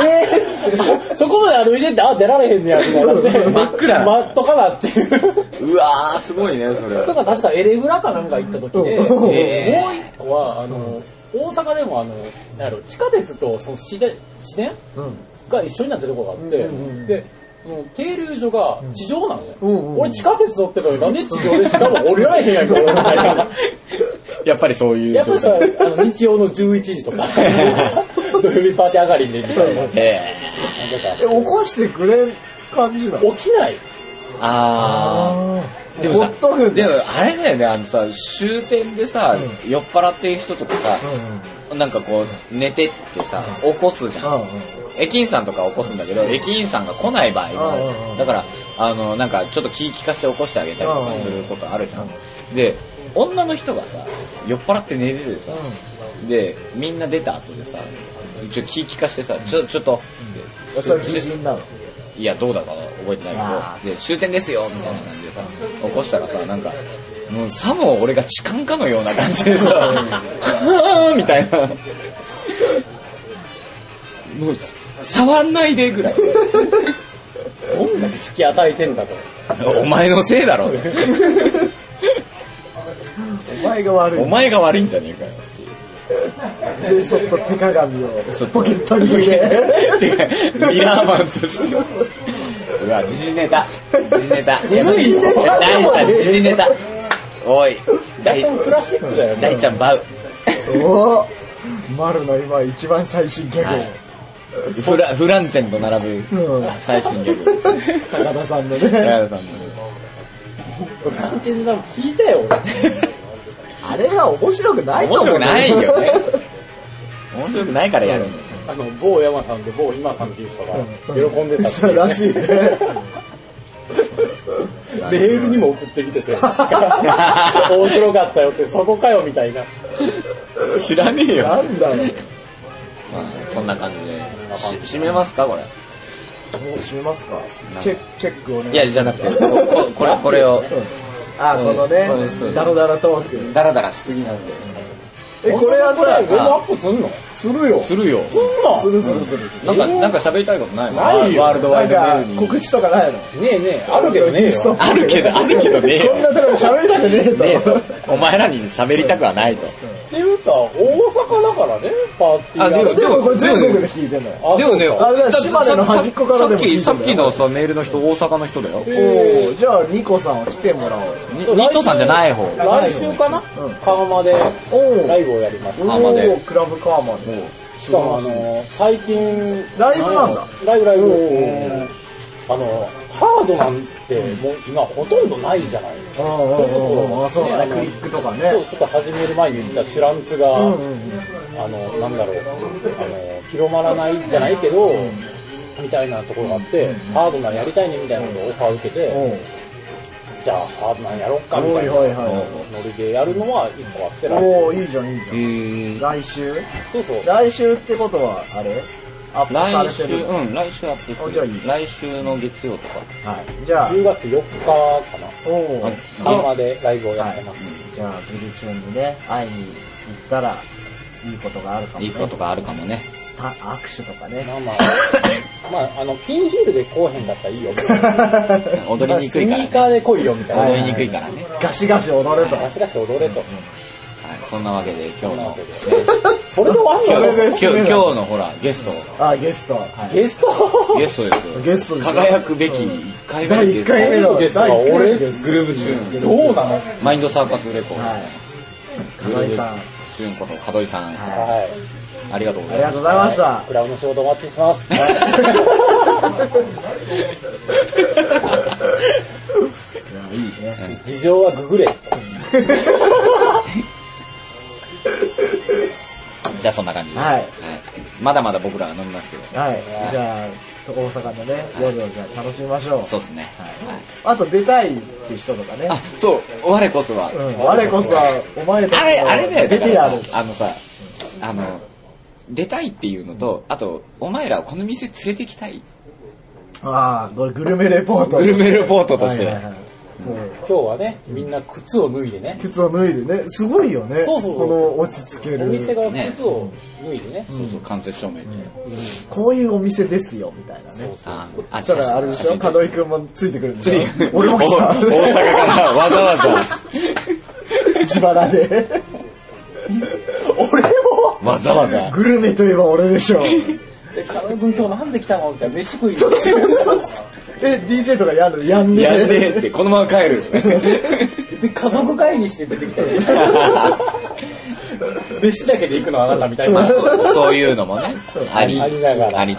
Speaker 2: れ そこまで歩いてって、あ、出られへんねや、みたいになって、
Speaker 1: 真っ暗
Speaker 2: 待っとかなっていう。
Speaker 1: うわー、すごいね、それ。
Speaker 2: それから確かエレグラかなんか行った時で、
Speaker 3: うん
Speaker 2: えーもう一個は、あの、大阪でもあの、なんやろ、地下鉄とその市電、市電
Speaker 3: うん。
Speaker 2: が一緒になってるとこがあって、
Speaker 3: うんうんうん
Speaker 2: でその停留所が地上なのね、
Speaker 3: うんうんうん
Speaker 2: 俺地下鉄乗ってたのになんで地上でしかも降りら れへんやんけ俺みたいな
Speaker 1: やっぱりそういう
Speaker 2: やっぱ
Speaker 1: 状
Speaker 2: り
Speaker 1: 態
Speaker 2: さ。あの日曜の11 時とか土曜日パーティー上がりでみたいななんか
Speaker 1: え
Speaker 3: え、起こしてくれん感じなの
Speaker 2: 起きない
Speaker 1: ー。あー。
Speaker 3: でもほっとくん
Speaker 1: で
Speaker 3: だ
Speaker 1: もあれだよね、あのさ、終点でさ、酔っ払ってる人とか
Speaker 3: うん
Speaker 1: さ、
Speaker 3: うん
Speaker 1: なんかこう、寝てってさ、起こすじゃん。駅員さんとか起こすんだけど、駅員さんが来ない場合もある
Speaker 3: うんうんうん
Speaker 1: だから、あの、なんかちょっと気利かして起こしてあげたりとかすることあるじゃん。で、女の人がさ、酔っ払って寝ててさ、で、みんな出た後でさ、ちょ、気利かしてさ、ちょ、ちょっと、
Speaker 3: うん。それ美人なの。
Speaker 1: いや、どうだか覚えてないけど、で、終点ですよみたいな感じでさ、起こしたらさ、なんか、もうさも俺が痴漢かのような感じでさ、はぁーみたいな。もう、触んないでぐらい。
Speaker 2: どんだけ突き与えてんだと
Speaker 1: お前のせいだろ。
Speaker 3: お前が悪い
Speaker 1: お。前が悪いんじゃねえかよ。
Speaker 3: で、そっと手鏡をポケットに入れ。
Speaker 1: てか、ミラーマンとして。うわ、時事ネタ。時事ネタ。
Speaker 3: や時事ネタ
Speaker 1: 大ちゃん、時事ネタ。おい、大
Speaker 2: でもクラシックだよね
Speaker 1: 大ちゃん、バウ。
Speaker 3: おお丸の今一番最新ギャグ。
Speaker 1: はいフラフランチェンと並ぶ
Speaker 3: うん
Speaker 1: 最新曲
Speaker 3: 高田さんのね。
Speaker 1: 高田さんの
Speaker 2: フランチェンズなんか聞いたよ、俺。
Speaker 3: あれは面白くないと
Speaker 1: 面
Speaker 3: 思う。
Speaker 1: 白くないよね面白くないからやるんだよ
Speaker 2: あの、某山さんと某今さんっていう人が
Speaker 3: うん
Speaker 2: 喜んでたって
Speaker 3: そうらしいね。
Speaker 2: メールにも送ってきてて、 確か面白かったよって、そこかよみたいな。
Speaker 1: 知らねえよ、
Speaker 3: なんだろう。
Speaker 1: まあ、そんな感じでし締めますかこれ
Speaker 3: もう閉めますかチェック、チェックをね。
Speaker 1: いやじゃ なくてこここれこれを
Speaker 3: あ、このね
Speaker 1: これそう、
Speaker 3: ダラダラトーク。
Speaker 1: ダラダラしすぎなんで
Speaker 3: え、これは
Speaker 2: これ、ウォーム
Speaker 3: さ、
Speaker 2: アップすんの
Speaker 3: するよ。
Speaker 1: するよ
Speaker 2: すんの
Speaker 3: するするするする。
Speaker 1: なんかなんか喋りたいことないの
Speaker 2: ないよ
Speaker 1: ワールドワ
Speaker 3: な
Speaker 1: イ
Speaker 3: ん
Speaker 1: ドメー
Speaker 3: か
Speaker 1: ル、に
Speaker 3: 告知とかないの
Speaker 2: ねえねえ、あるけどねえ
Speaker 3: リスト
Speaker 2: よ。
Speaker 1: あるけどあるけどねえよ
Speaker 3: こんなところで喋りたくねえと。
Speaker 1: ねえとお前らに喋りたくはないと
Speaker 2: っていうか、大阪だからね、パーティー
Speaker 1: あ
Speaker 2: やる
Speaker 3: でもこれ全国で聞いてんのよ。
Speaker 2: あ
Speaker 1: でもね、
Speaker 2: そう
Speaker 3: あれだ
Speaker 1: だ
Speaker 3: よ島根の端っこからでも
Speaker 1: さっき、さ
Speaker 3: 聞い
Speaker 1: ってき
Speaker 3: んだよ
Speaker 1: のさ、メールの人、大阪の人だよ。
Speaker 3: おーじゃあ、ニコさんは来てもらおうよ。
Speaker 1: ニットさんじゃない方。
Speaker 2: か来週かな
Speaker 3: うん
Speaker 2: 川間で
Speaker 3: おお
Speaker 2: ライブをやります。
Speaker 1: カーマで
Speaker 3: おークラブカーマで。
Speaker 2: しかもあの、最近、
Speaker 3: ライブなんだ
Speaker 2: ライブライブ
Speaker 3: おー。
Speaker 2: あの、ハードなんてもう今ほとんどないじゃない
Speaker 3: ああ
Speaker 2: それこそ
Speaker 3: ああそうだね、
Speaker 2: ね
Speaker 3: クリックとか
Speaker 2: 今
Speaker 3: ね
Speaker 2: 日。ちょっと始める前に言ったシュランツ
Speaker 3: う
Speaker 2: が、
Speaker 3: んうんうん。
Speaker 2: あの、なんだろう、あの、広まらないじゃないけど、みたいなところがあって、ハードなんやりたいねみたいなことをオファー受けて、
Speaker 3: おう
Speaker 2: じゃあハードなんやろっかみたいな
Speaker 3: はいはいは
Speaker 2: ノリでやるのは一個あって、来週
Speaker 3: おおいいじゃんいいじゃ
Speaker 1: え
Speaker 3: ん。
Speaker 1: ー、
Speaker 3: 来週
Speaker 2: そうそう。
Speaker 3: 来週ってことは、あれア
Speaker 1: 来
Speaker 3: ップされて
Speaker 1: 週、
Speaker 3: る。
Speaker 1: うん、来週アップ
Speaker 3: あ
Speaker 1: す
Speaker 3: じゃあい
Speaker 1: る
Speaker 3: いじ。ゃ
Speaker 1: 来週の月曜とか。
Speaker 3: はい。じゃあ
Speaker 2: 10、月4日かな。
Speaker 3: おお
Speaker 1: あ
Speaker 2: 川までライブをや
Speaker 3: は
Speaker 2: ってます。
Speaker 3: い。じゃあ、ブリチューンにね、会いに行ったら、いいことがあるかもね。
Speaker 1: いいことがあるかもね。
Speaker 3: た握手とかね。
Speaker 2: まあまあ、まあ、あの、ピンヒールで来おへんかったらいいよ。
Speaker 1: 踊りにくいから
Speaker 2: スニー
Speaker 1: ね。
Speaker 2: カーで来いよ、みたいな。
Speaker 3: は
Speaker 1: 踊
Speaker 3: い
Speaker 1: りにくいからね。
Speaker 3: ガシガシ踊れと。
Speaker 2: ガシガシ踊れと。
Speaker 1: はい、そんなわけで、今日の、ね
Speaker 2: それで終わん
Speaker 1: 今
Speaker 2: の
Speaker 3: それ
Speaker 2: よ。
Speaker 3: で
Speaker 1: 日、今日今日のほら、ゲスト、
Speaker 3: あ、ゲスト。はい。
Speaker 2: ゲスト
Speaker 1: ゲストですよ。
Speaker 3: ゲストですよ
Speaker 1: 輝くべき1回目の
Speaker 3: 第
Speaker 1: ゲス
Speaker 3: 1
Speaker 1: ト。
Speaker 3: 回目の
Speaker 2: ゲストは俺
Speaker 3: 第一回目のゲスト
Speaker 1: グループチューン。
Speaker 2: どうなのは。
Speaker 1: マインドサーカスレコ。
Speaker 3: はい。河合さん。
Speaker 1: チューンこと、門井さん。
Speaker 3: はい
Speaker 1: ありがとうご
Speaker 3: い。
Speaker 1: ざ
Speaker 3: あり
Speaker 1: います
Speaker 3: がとう。ございました。
Speaker 2: クラブの仕事お待ちしてます。
Speaker 3: いや、いいね。
Speaker 2: 事情はググれ。
Speaker 1: じゃあそんな感じで。
Speaker 3: はい。
Speaker 1: まだまだ僕らは飲みますけど。
Speaker 3: はい。じゃあ、大阪のね、夜をじゃあ楽しみましょう。
Speaker 1: そうですね。
Speaker 3: あと出たいって人とかね
Speaker 1: あ。、そう、我こそは。
Speaker 3: うん。我こそは、お前たち
Speaker 1: あれ、あれだよ。
Speaker 3: の出てやる
Speaker 1: だ。からあのさ、あの、出たいっていうのと、あと、お前らをこの店連れてきたい。
Speaker 3: ああ、これグルメレポート。
Speaker 1: グルメレポートとして。
Speaker 3: はいはいはいうん
Speaker 2: 今日はね、みんな靴を脱いでね。
Speaker 3: 靴を脱いでね、すごいよね。
Speaker 2: そうそうそう
Speaker 3: この落ち着け
Speaker 2: お
Speaker 3: る。
Speaker 2: 店が靴を脱いでね。
Speaker 1: そうそう、間接照明で。
Speaker 3: こういうお店ですよ、みたいな
Speaker 2: そ
Speaker 3: ね
Speaker 2: う。そう。
Speaker 1: あ、あ、
Speaker 3: そしたらあれでしょ、 門井くんもついてくるんでしょ俺
Speaker 1: 俺
Speaker 3: も
Speaker 1: も
Speaker 3: 来
Speaker 1: 来
Speaker 3: た
Speaker 1: た。大。阪からわざわ
Speaker 3: 自腹で。俺も
Speaker 1: ざ、わざわざ。
Speaker 3: グルメといえば俺でしょ。
Speaker 2: で、カノ君今日なんで来たのみたいな。飯食いに。
Speaker 3: そうそうそうそう。え、DJ とかやんのやんねえ
Speaker 1: やんねえって、このまま帰る。
Speaker 2: で、家族会議して出てきたよ飯だけで行くのあなたみたいな。
Speaker 1: そういうのもね、ありつ
Speaker 2: ありなが
Speaker 1: つ、
Speaker 2: ら
Speaker 1: あり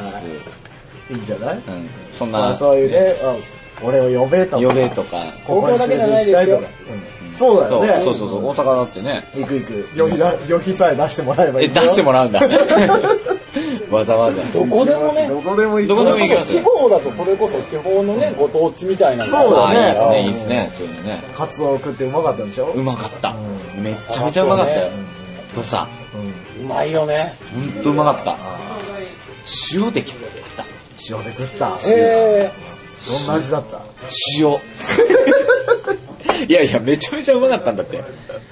Speaker 1: つ
Speaker 3: いいんじゃない
Speaker 1: つ、うん。そん
Speaker 3: ま
Speaker 1: な
Speaker 3: あ、そういうね、うん俺を呼べとか。
Speaker 1: 呼べとか、
Speaker 3: ここに連れて行きたとか。うんそうだ
Speaker 1: そう
Speaker 3: よね。
Speaker 1: そうそうそう、大阪だってね、
Speaker 3: 行く行く。旅費だ、旅費さえ出してもらえばいい
Speaker 1: え、
Speaker 3: よ。
Speaker 1: 出してもら うんだ。わざわざ。
Speaker 2: どこでもね。
Speaker 3: どこでも行
Speaker 1: どこ。
Speaker 3: く
Speaker 1: でも行きます
Speaker 2: 地方だとそれこそ地方のね、ご当地みたいなのが
Speaker 3: そうだね
Speaker 1: ああいいですね、いいですね、そういうのね。
Speaker 3: カツオ食ってうまかったでしょ
Speaker 1: うまかった。めっちゃめちゃうまかったよ。とさ、
Speaker 2: うまいよね。
Speaker 1: ほんとうまかった。塩で食った。
Speaker 3: 塩で食った。
Speaker 2: へ
Speaker 3: どんな味だった
Speaker 1: 塩。 いやいや、めちゃめちゃうまかったんだって。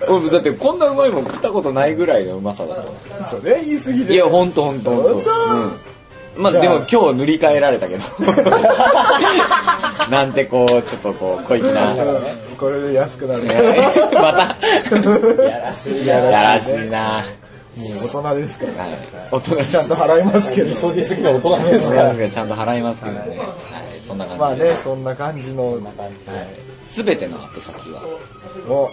Speaker 1: 俺、だってこんなうまいもん食ったことないぐらいのうまさだった。
Speaker 3: それ言い過ぎ
Speaker 1: い
Speaker 3: で。
Speaker 1: や、ほんとほんとほん
Speaker 3: 本当
Speaker 1: と。うん。まあ、でも今日塗り替えられたけ ど。なんてこう、ちょっとこう、小粋な。
Speaker 3: うんこれで安くなる。
Speaker 1: ま
Speaker 2: え。やらしい
Speaker 1: た、
Speaker 2: や
Speaker 1: や
Speaker 2: らし
Speaker 1: らしいな。
Speaker 3: もう大人ですから。
Speaker 1: はい。大人
Speaker 3: ちゃんと払いますけ
Speaker 2: い。
Speaker 3: ど
Speaker 2: 掃。除すぎな大人です
Speaker 1: そう
Speaker 2: から。
Speaker 1: なんですけどちゃんと払いますけどね。はい、そんな
Speaker 3: まあ
Speaker 1: 感じ
Speaker 3: ね
Speaker 1: で。、
Speaker 3: そんな感じの。
Speaker 1: すべての後先は。
Speaker 3: お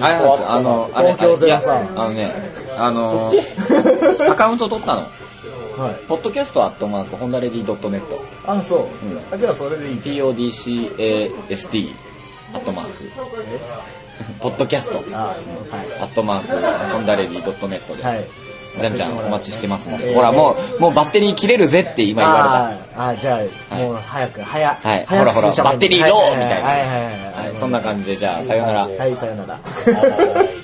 Speaker 1: あれなんですよあの、あれ、
Speaker 3: 東京
Speaker 1: あいや
Speaker 3: 03
Speaker 1: あのね、あの、アカウント取ったの。
Speaker 3: はい。
Speaker 1: ポッドキャストアットマーク、ホンダレディドットネット。
Speaker 3: あ、そう。
Speaker 1: うん
Speaker 3: あ、じゃあそれでいい。
Speaker 1: PODCAST、アットマーク。ポッドキャスト、
Speaker 3: あ、はい。
Speaker 1: アットマーク、ホンダレディドットネットで。
Speaker 3: はい。
Speaker 1: じゃんじゃんお待ちしてますん
Speaker 3: え
Speaker 1: で。
Speaker 3: ー
Speaker 1: ほら、もう、もうバッテリー切れるぜって今言われ
Speaker 3: あーあー、じゃあ、
Speaker 1: はい
Speaker 3: もう早く、早く。
Speaker 1: はい
Speaker 3: 早く
Speaker 1: ほらほら
Speaker 3: しゃべ
Speaker 1: バッテリー
Speaker 3: はい
Speaker 1: ロー
Speaker 3: はい
Speaker 1: みたいな
Speaker 3: はいはい
Speaker 1: た。
Speaker 3: は
Speaker 1: はいい、そんな感じで、じゃあ、さようなら。
Speaker 3: はい、さよな ら。
Speaker 2: はい